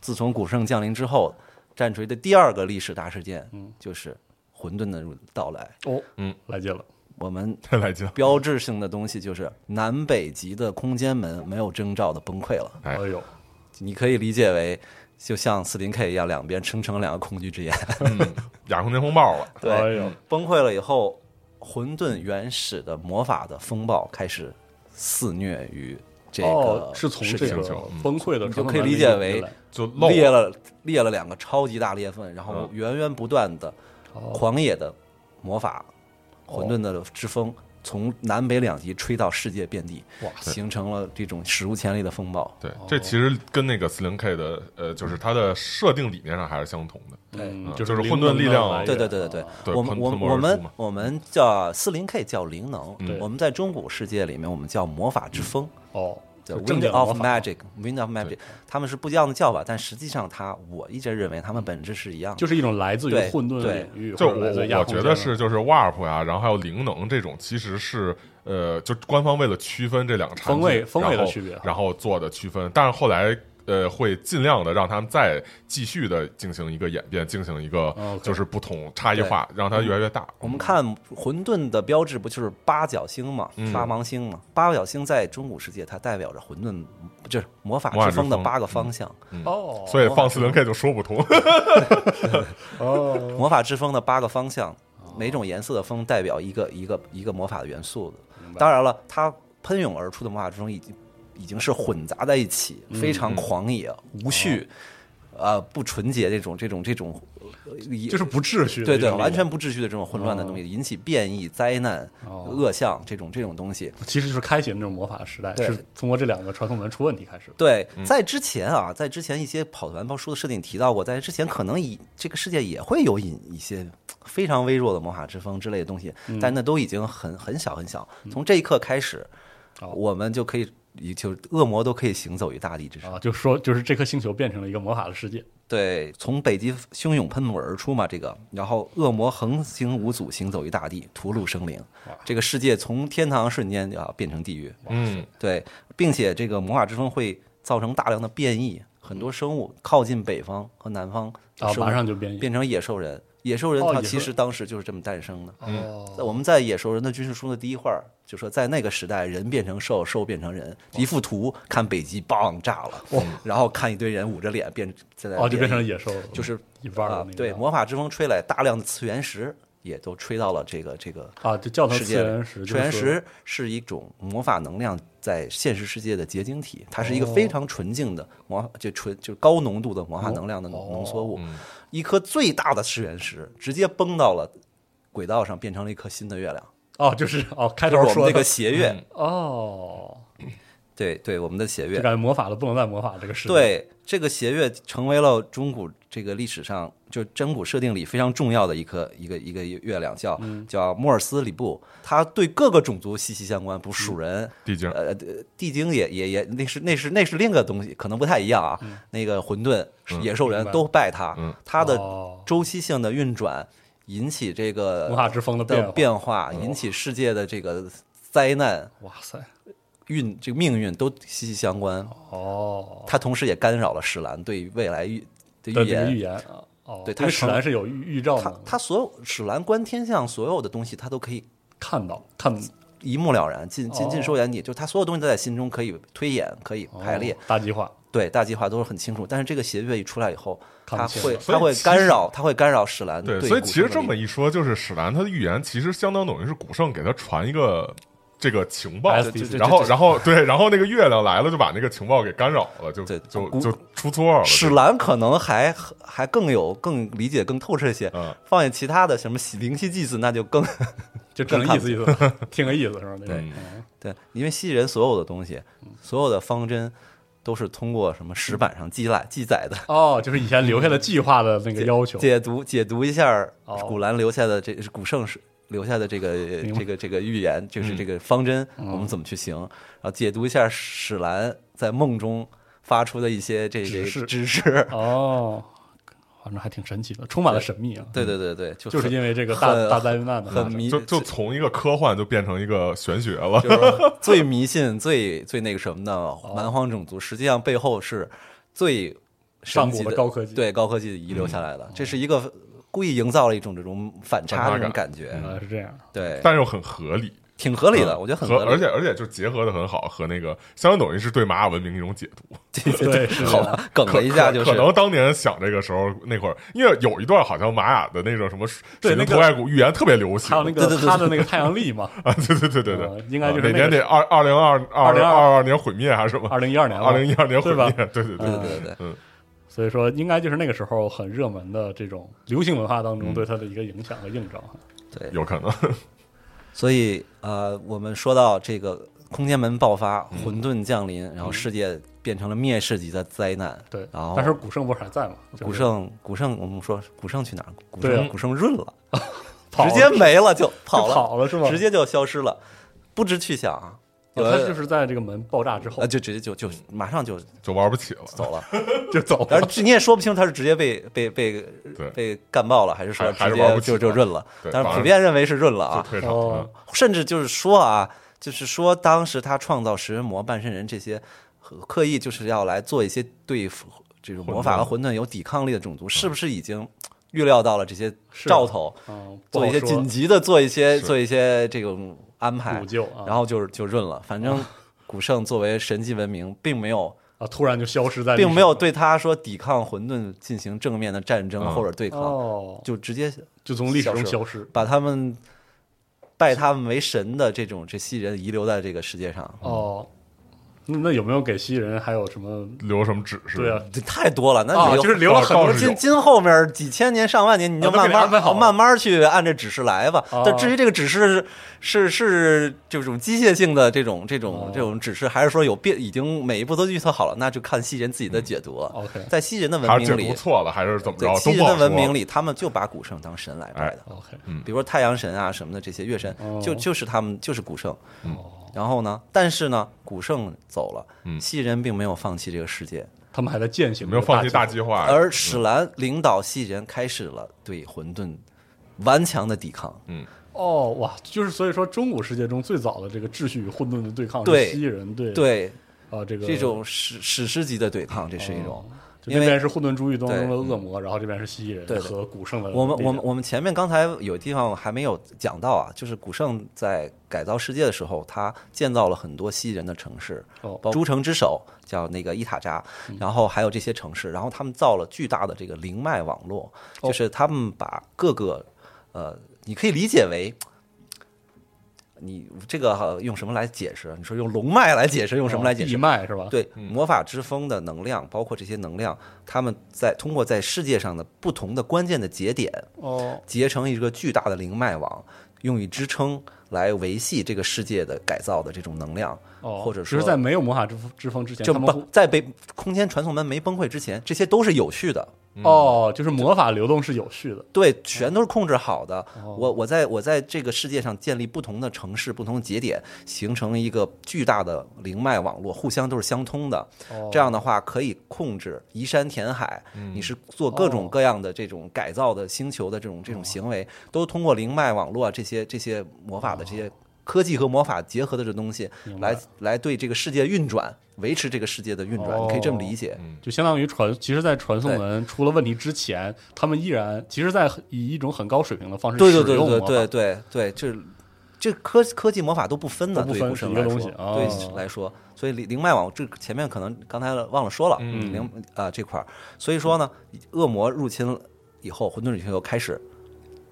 S3: 自从古圣降临之后，战锤的第二个历史大事件，
S1: 嗯
S3: 就是混沌的入到来，
S1: 哦，
S2: 嗯，
S1: 来劲了，
S3: 我们
S2: 太来劲了，
S3: 标志性的东西就是南北极的空间门没有征兆的崩溃了。
S2: 哎
S1: 哎呦，
S3: 你可以理解为，就像四零 K 一样，两边撑成两个恐惧之
S1: [laughs]
S3: 眼。
S2: [laughs] 亚空间风暴了，
S1: 哎
S3: 对，
S1: 呦，
S3: 崩溃了以后，混沌原始的魔法的风暴开始肆虐于这
S1: 哦
S3: 个，
S1: 是从
S3: 世
S1: 这
S3: 界
S1: 个
S2: 星球嗯
S1: 崩溃的
S3: 你
S1: 传
S3: 就
S1: 统
S3: 可以
S1: 文
S3: 理
S1: 明
S3: 解
S1: 引
S3: 为
S1: 来
S2: 就漏
S1: 啊
S3: 裂
S2: 了，
S3: 了裂了两个超级大裂缝，然
S1: 哦
S3: 后源源不断的狂野的魔法，混沌的之风从南北两极吹到世界遍地，形成了这种史无前例的风暴。
S2: 对，这其实跟那个四零 K 的呃，就是它的设定理念上还是相同的。
S1: 嗯
S2: 嗯
S1: 就是
S2: 就是
S1: 灵
S2: 混沌
S1: 能
S2: 力
S1: 的
S2: 量
S1: 来
S3: 对对
S1: 源
S3: 对对
S2: 对
S3: 我们
S2: 喷
S3: 我
S2: 喷
S3: 们
S2: 薄而
S3: 我
S2: 出
S3: 们
S2: 嘛
S3: 我们叫四零 K 叫灵能
S1: 对，
S3: 我们在中古世界里面我们叫魔法之风，
S1: 哦，
S3: 叫
S1: 就正
S3: Wind
S1: 经魔
S3: of
S1: 法
S3: Magic，Wind of Magic，他们是不一样的叫法，但实际上它我一直认为它们本质是一样的。
S1: 就是一种来自于
S3: 对
S1: 混沌的
S3: 对
S1: 领域，
S2: 就
S1: 或者
S2: 我
S1: 来自
S2: 我
S1: 亚
S2: 我
S1: 空
S2: 觉
S1: 间
S2: 得
S1: 的
S2: 是就是 warp 呀、然后还有灵能这种，其实是呃，就官方为了区分这两个产品
S1: 风味风味的
S2: 然后
S1: 区别啊
S2: 然后做的区分，但是后来。呃，会尽量的让他们再继续的进行一个演变，进行一个
S1: 哦 OK 嗯
S2: 就是不同差异化，让它越来越大。
S3: 我们看混沌的标志不就是八角星嘛，八芒星嘛？八角星在中古世界它代表着混沌，不就是魔法
S2: 魔法
S3: 之
S2: 之
S3: 风的
S2: 风
S3: 八个方向？
S1: 哦，
S2: 所以放四零 K 就说不通。 [laughs]
S3: 魔法之风的八个方向，
S1: 哦
S3: 每种颜色的风代表一个一个一个魔法的元素的。当然了，它喷涌而出的魔法之风已经已经是混杂在一起，
S1: 嗯
S3: 非常狂野、无序、呃不纯洁这种这种这种，呃也
S1: 哦就是不秩序的
S3: 对
S1: 一种力
S3: 对，
S1: 量，哦
S3: 完全不秩序的这种混乱的东西，引起变异、灾难、恶象这种这种东西。
S1: 其实就是开启了那种魔法时代，
S3: 对
S1: 是通过这两个传送门出问题开始的。
S3: 对，在之前啊，在之前一些跑团包书的设定提到过，在之前可能以这个世界也会有引一些非常微弱的魔法之风之类的东西，但那都已经很很小很小。从这一刻开始，我们就可以。也就是恶魔都可以行走于大地之上，
S1: 啊，就说就是这颗星球变成了一个魔法的世界，
S3: 对，从北极汹涌喷吐而出嘛，这个，然后恶魔横行无阻，行走于大地，屠戮生灵，这个世界从天堂瞬间就要变成地狱，
S2: 嗯，
S3: 对，并且这个魔法之风会造成大量的变异，很多生物靠近北方和南方的
S1: 啊，
S3: 生物
S1: 马上就变异，
S3: 变成野兽人，野兽人
S1: 哦
S3: 它
S1: 野兽
S3: 其实当时就是这么诞生的。
S2: 嗯
S3: 在
S1: 哦，
S3: 我们在《野兽人的军事书》的第一话儿就说，在那个时代，人变成兽，兽变成
S1: 哦
S3: 人。一幅图，看北极梆炸了，然后看一堆人捂着脸变在那
S1: 哦，就变成
S3: 变
S1: 野兽了，
S3: 就是
S1: 一半儿
S3: 啊
S1: 了那个，
S3: 对，魔法之风吹来，大量的次元石也都吹到了这个这个
S1: 啊，就叫它次
S3: 世界里
S1: 元石，
S3: 次
S1: 就
S3: 元
S1: 是说
S3: 石是一种魔法能量在现实世界的结晶体，它是一个
S1: 哦
S3: 非常纯净的魔，就纯就高浓度的魔法能量的
S1: 哦
S3: 浓浓缩物。
S1: 嗯
S3: 一颗最大的次元石直接崩到了轨道上，变成了一颗新的月亮，
S1: 哦，就是哦，开
S3: 就是
S1: 头
S3: 我们
S1: 说
S3: 那个
S1: 的嗯
S3: 邪月。
S1: 哦，
S3: 对对，我们的邪
S1: 就
S3: 月。
S1: 感觉魔法了不能再魔法这个事，，
S3: 对，这个邪月成为了中古这个历史上就真古设定里非常重要的一颗一个一个月亮，叫、
S1: 嗯
S3: 叫莫尔斯里布，它对各个种族息息相关，
S1: 嗯
S3: 不属人、
S2: 地精
S3: 呃，地精也也也那是那是那是另一个东西，可能不太一样啊。那个混沌、野兽人
S1: 嗯明白
S3: 都拜他，
S2: 嗯
S3: 他的
S1: 哦
S3: 周期性的运转引起这个
S1: 魔法之风的变
S3: 的
S1: 化嗯
S3: 变化，引起世界的这个灾难
S1: 哇塞，
S3: 运这个命运都息息相关。
S1: 哦，
S3: 他同时也干扰了史兰对未来预
S1: 对
S3: 的预
S1: 这个
S3: 言
S1: 预。言啊，哦，
S3: 对
S1: 因
S3: 它
S1: 为
S3: 是
S1: 史兰是有预预兆
S3: 他
S1: 的，
S3: 他所有史兰观天象所有的东西，他都可以
S1: 看到看
S3: 一目了然，尽尽尽
S1: 哦
S3: 收眼底。就他所有东西都在心中可以推演，可以排列
S1: 哦。大计划，
S3: 对大计划都是很清楚，但是这个邪月一出来以后，
S1: 看
S3: 它
S1: 不清
S3: 会
S2: 所以
S3: 它会
S2: 其实
S3: 干扰，它会干扰史兰
S2: 对，
S3: 嗯古
S2: 所以其实
S3: 圣的
S2: 这么
S3: 理
S2: 一说，就是史兰他的预言其实相当等于是古圣给他传一个这个情报，
S1: 哎对对对
S2: 然后然后对，然后那个月亮来了就把那个情报给干扰了，就
S3: 对
S2: 就
S3: 古
S2: 就出错了。
S3: 史兰可能还还更有更理解更透彻一些，
S2: 嗯
S3: 放眼其他的什么喜灵犀祭祀，那就更 [laughs]
S1: 就只能意思意思，听个意思是吧？那种
S2: 嗯
S1: 嗯
S3: 对，因为西人所有的东西，所有的方针都是通过什么石板上记载记载的，
S1: 哦，就是以前留下的计划的
S3: 嗯
S1: 那个要求，
S3: 解读解读一下
S1: 哦
S3: 古兰留下的这古圣是留下的这个
S1: 明白嗯
S3: 这个这个预言，就是这个方针，我们怎么去行，然后解读一下史兰在梦中发出的一些这
S1: 指
S3: 个
S1: 示
S3: 指示。
S1: 哦，反正还挺神奇的，充满了神秘啊，
S3: [laughs] 对对对对，就
S1: 就是
S3: 很
S1: 因为这个大
S3: 很
S1: 大灾难的发生
S3: 很迷，
S2: 就就从一个科幻就变成一个玄学了，
S3: 就是说最迷信、最最那个什么的
S1: 哦
S3: 蛮荒种族，实际上背后是最神奇
S1: 上古的高科技嗯哦
S3: 对高科技遗留下来的。这是一个故意营造了一种这种反差的这种感觉，
S1: 原来是这
S3: [laughs]
S1: 样，
S3: 对，
S2: 但又很合理。
S3: 挺合理的，我觉得
S2: 嗯
S3: 很
S2: 合，
S3: 合理，
S2: 而且而且就结合的很好，和那个相当等于是对玛雅文明一种解读。
S1: 对，是
S3: [laughs] 好
S1: 的
S3: 吧，梗
S2: 可
S3: 了一下啊就是
S2: 可可能当年想这个时候那会儿，因为有一段好像玛雅的那种什么水
S1: 对
S2: 晶
S1: 那个
S2: 头盖骨预言特别流行，
S1: 还有那
S3: 对对
S1: 个
S3: 对
S1: 他的那个太阳力
S3: [laughs]
S1: 嘛，
S2: 啊，对对对对对，
S1: 呃应该就是
S2: 啊哪
S1: 那
S2: 年
S1: 个
S2: 得二二零二二零二二年毁灭还是什么？
S1: 二零一二年吧，
S2: 二零一二年毁
S1: 对吧
S2: 灭？对对对
S3: 对对对，
S2: 嗯，
S1: 所以说应该就是那个时候很热门的这种流行文化当
S3: 嗯
S1: 中对它的一个影响和映照。
S2: 有可能。
S3: 所以呃，我们说到这个空间门爆发，
S2: 嗯
S3: 混沌降临，然后世界变成了灭世级的灾难，
S1: 对，
S3: 然后
S1: 但是古圣不是还在吗？就是
S3: 哦古圣古圣，我们说古圣去哪儿？古
S1: 对
S3: 圣
S1: 啊
S3: 古圣润
S2: [laughs]
S3: 了，
S1: 跑了
S3: 直接没了就
S1: 就
S3: 跑了，
S1: 跑了是吧？
S3: 直接就消失了，不知去向啊。有
S1: 哦，
S3: 的
S1: 他就是在这个门爆炸之后
S3: 啊，就直接就就马上就
S2: 就玩不起了，
S3: 走了，
S1: 就走
S3: 然
S1: 了
S3: 后。你也说不清他是直接被被被
S2: 对
S3: 被干爆了，还是说
S2: 还还
S3: 直
S2: 是玩不起
S3: 接就就
S2: 了
S3: 润了
S2: 对。
S3: 但
S2: 反
S3: 是
S2: 而
S3: 普遍认为是润了
S2: 就
S3: 啊，
S2: 退场
S1: 哦
S2: 了。
S3: 甚至就是说啊，就是说当时他创造食人魔、半身人这些，和刻意就是要来做一些对付这种魔法和混沌有抵抗力的种
S1: 嗯
S3: 族，是不是已经预料到了这些
S1: 是
S3: 兆头，
S1: 嗯，不
S3: 做
S1: 好
S3: 一些
S1: 说
S3: 紧急的做一些
S2: 是
S3: 做一些这种安排
S1: 补救啊
S3: 然后就是就润了。反正古圣作为神级文明，并没有
S1: 啊，突然就消失在历史
S3: 并没有对他说抵抗混沌进行正面的战争
S2: 嗯
S3: 或者对抗，
S1: 哦，
S3: 就直接
S1: 就从历史中
S3: 消失
S1: 消失。
S3: 把他们拜他们为神的这种这些人遗留在这个世界上。
S1: 哦，那那有没有给西人还有什么？
S2: 留什么指示？
S1: 对啊，
S3: 这太多了，那
S1: 啊，
S3: 你
S1: 就是留了很多
S2: 倒是有
S3: 今今后面几千年上万年，你就
S1: 啊都给
S3: 慢
S1: 你
S3: 慢、
S1: 安排好了
S3: 慢慢去按这指示来吧。
S1: 哦
S3: 但至于这个指示是是是这种机械性的这种这种、
S1: 哦
S3: 这种指示，还是说有变，已经每一步都预测好了，那就看西人自己的解读了。
S1: 嗯 OK
S3: 在西人的
S2: 还
S3: 文
S2: 是解
S3: 明
S2: 读
S3: 里，
S2: 错了，还是怎么
S3: 对
S2: 着？
S3: 西
S2: 都
S3: 人
S2: 不好
S3: 的
S2: 说。
S3: 文明里，他们就把古圣当神来拜的。
S1: OK，
S3: 比如说太阳神啊什么的这些月神，
S1: 哦
S3: 就就是他们就是古圣。
S1: 哦，
S3: 然后呢，但是呢，古圣走了，
S2: 嗯
S3: 西人并没有放弃这个世界，
S1: 他们还在践
S2: 有
S1: 行，
S2: 没有放弃大计划？
S3: 而史兰领导西人开始了对混沌顽强的抵抗。
S1: 哦，哇，就是所以说，中古世界中最早的这个秩序与混沌的对抗是
S3: 对
S1: 西人对
S3: 对，
S1: 啊这个
S3: 这种史史诗级的对抗，这是一种。
S1: 就
S3: 因
S1: 那
S3: 为
S1: 边是混沌诸狱中
S3: 对
S1: 的恶魔，然后这边是蜥蜴
S3: 对
S1: 人
S3: 对
S1: 和古圣的
S3: 我们
S1: 力
S3: 我
S1: 量
S3: 们我们前面刚才有地方还没有讲到啊，就是古圣在改造世界的时候，他建造了很多蜥蜴人的城市，
S1: 哦
S3: 包诸城之首叫那个伊塔扎，
S1: 嗯
S3: 然后还有这些城市，然后他们造了巨大的这个灵脉网络，
S1: 哦
S3: 就是他们把各个呃，你可以理解为。你这个呃用什么来解释？你说用龙脉来解释，用什么来解释
S1: 哦义？卖是吧？，
S3: 对，魔法之风的能量，包括这些能量，他们在通过在世界上的不同的关键的节点，
S1: 哦，
S3: 结成一个巨大的灵脉网，用以支撑来维系这个世界的改造的这种能量，
S1: 哦，
S3: 或者
S1: 只
S3: 说
S1: 是在没有魔法之风之风之前，
S3: 就
S1: 他们
S3: 崩在被空间传送门没崩溃之前，这些都是有序的。
S1: 会
S3: 嗯
S1: 哦，就是魔法流动是有序的，
S3: 对，全都是控制好的。
S1: 哦
S3: 我我在我在这个世界上建立不同的城市、不同的节点，形成一个巨大的灵脉网络，互相都是相通的。
S1: 哦
S3: 这样的话可以控制移山填海，
S1: 嗯
S3: 你是做各
S1: 哦
S3: 种各样的这种改造的星球的这种这种行为，都通过灵脉网络啊这些这些魔法的
S1: 哦
S3: 这些。科技和魔法结合的这东西，来来对这个世界运转，维持这个世界的运转，
S1: 哦
S3: 你可以这么理解。
S1: 就相当于传，其实，在传送门出了问题之前，他们依然，其实，在以一种很高水平的方式
S3: 对对
S1: 使
S3: 对
S1: 用魔
S3: 对
S1: 法，
S3: 对对对，这这科科技魔法都不分的，
S1: 都不
S3: 对
S1: 分
S3: 古
S1: 是
S3: 神
S1: 一个
S3: 来
S1: 东
S3: 说，
S1: 西哦
S3: 对来说，所以灵灵脉网这前面可能刚才忘了说了，
S1: 嗯
S3: 灵啊、这块儿，所以说呢，恶魔入侵以后，混沌宇宙开始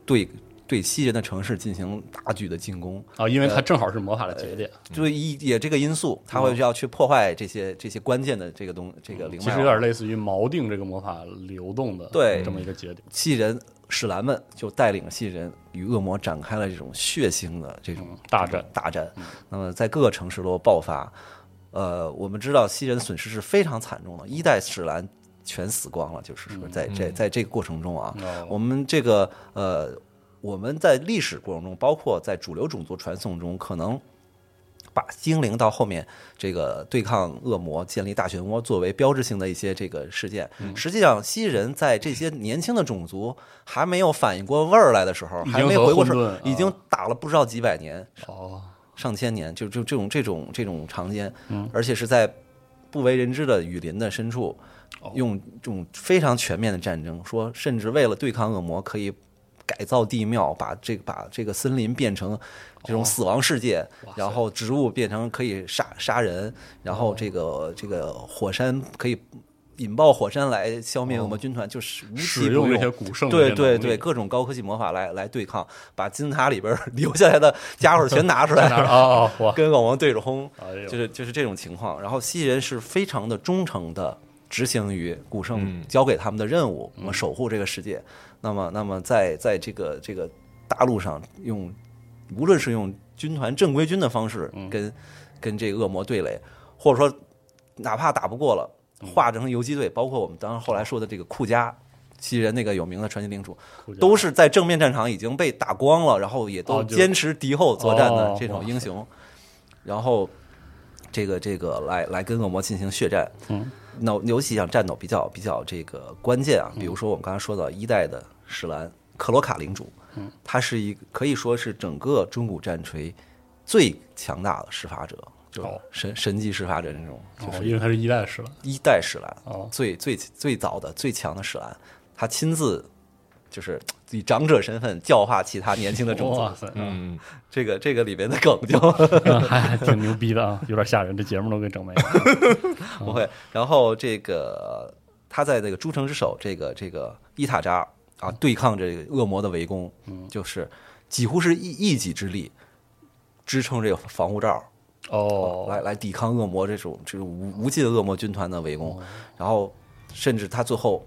S3: 对对西人的城市进行大举的进攻，
S1: 啊，因为它正好是魔法的节点，
S3: 就一也这个因素，他会要去破坏这些这些关键的这个东这个灵
S1: 嗯
S3: 脉
S1: 其
S3: 网，
S1: 实有点类似于锚定这个魔法流动的
S3: 对
S1: 这么一个节点。
S3: 西人史兰们就带领西人与恶魔展开了这种血腥的这种
S1: 嗯大战
S3: 这种大战。那么在各个城市都爆发。呃，我们知道西人损失是非常惨重的，一代史兰全死光了，就是说在这在这个过程中啊，
S1: 嗯哦
S3: 我们这个呃，我们在历史过程中，包括在主流种族传送中，可能把精灵到后面这个对抗恶魔、建立大漩涡作为标志性的一些这个事件。
S1: 嗯
S3: 实际上，西人在这些年轻的种族还没有反应过味儿来的时候，
S1: 已经
S3: 还没有回过
S1: 和
S3: 神
S1: 混沌，啊
S3: 已经打了不知道几百年、
S1: 哦，
S3: 上千年，就就这种这种这种长间，
S1: 嗯
S3: 而且是在不为人知的雨林的深处，
S1: 哦
S3: 用这种非常全面的战争，说甚至为了对抗恶魔，可以改造地庙，把这把这个森林变成这
S1: 哦
S3: 种死亡世界，然后植物变成可以杀杀人，然
S1: 哦
S3: 后这个、这个火山可以。引爆火山来消灭恶魔军团，就是无
S1: 哦
S3: 奇
S1: 使
S3: 不
S1: 用
S3: 用
S1: 这些古圣的
S3: 对
S1: 这
S3: 对
S1: 能力
S3: 对，各种高科技魔法来来对抗，把金字塔里边儿 [laughs] 留下来的家伙全拿出来，
S1: 啊
S3: [laughs]
S1: 啊，哇，
S3: 跟恶魔对着轰
S1: 哎呦，
S3: 就是就是这种情况。然后蜥蜴人是非常的忠诚的执行于古
S1: 嗯
S3: 圣交给他们的任务，我们守护这个世界。那么，那么在在这个这个大陆上，用无论是用军团正规军的方式
S1: 嗯
S3: 跟跟这个恶魔对垒，或者说哪怕打不过了，
S1: 嗯
S3: 化成游击队，包括我们当时后来说的这个库加。蜥蜴人那个有名的传奇领主，都是在正面战场已经被打光了，然后也
S1: 哦
S3: 都
S1: 就
S3: 坚持敌后作战的
S1: 哦
S3: 这种
S1: 哇
S3: 英雄，然后这个这个来来跟恶魔进行血战。嗯，那尤其像战斗比较比较这个关键
S1: 嗯
S3: 啊，比如说我们刚才说到一代的史兰克罗卡领主，嗯，他是一个可以说是整个中古战锤最强大的施法者，就
S1: 哦
S3: 神神级施法者那种，就
S1: 哦
S3: 是
S1: 因为它是一代史了，
S3: 一代史兰，
S1: 哦
S3: 最最最早的最强的史兰，他亲自就是以长者身份教化其他年轻的种
S1: 哇
S3: 族，
S1: 塞，
S2: 嗯，
S3: 这个这个里面的梗就。
S1: 嗯 [laughs] 还还挺牛逼的啊，有点吓人，这节目都给整没了。嗯
S3: 不会。然后这个他在那个诸城之首，这个这个伊塔扎
S1: 嗯
S3: 啊，对抗这个恶魔的围攻，就是几乎是一一己之力支撑这个防护罩，
S1: 哦，
S3: 来来抵抗恶魔这种这种无无尽恶魔军团的围
S1: 哦
S3: 攻，然后甚至他最后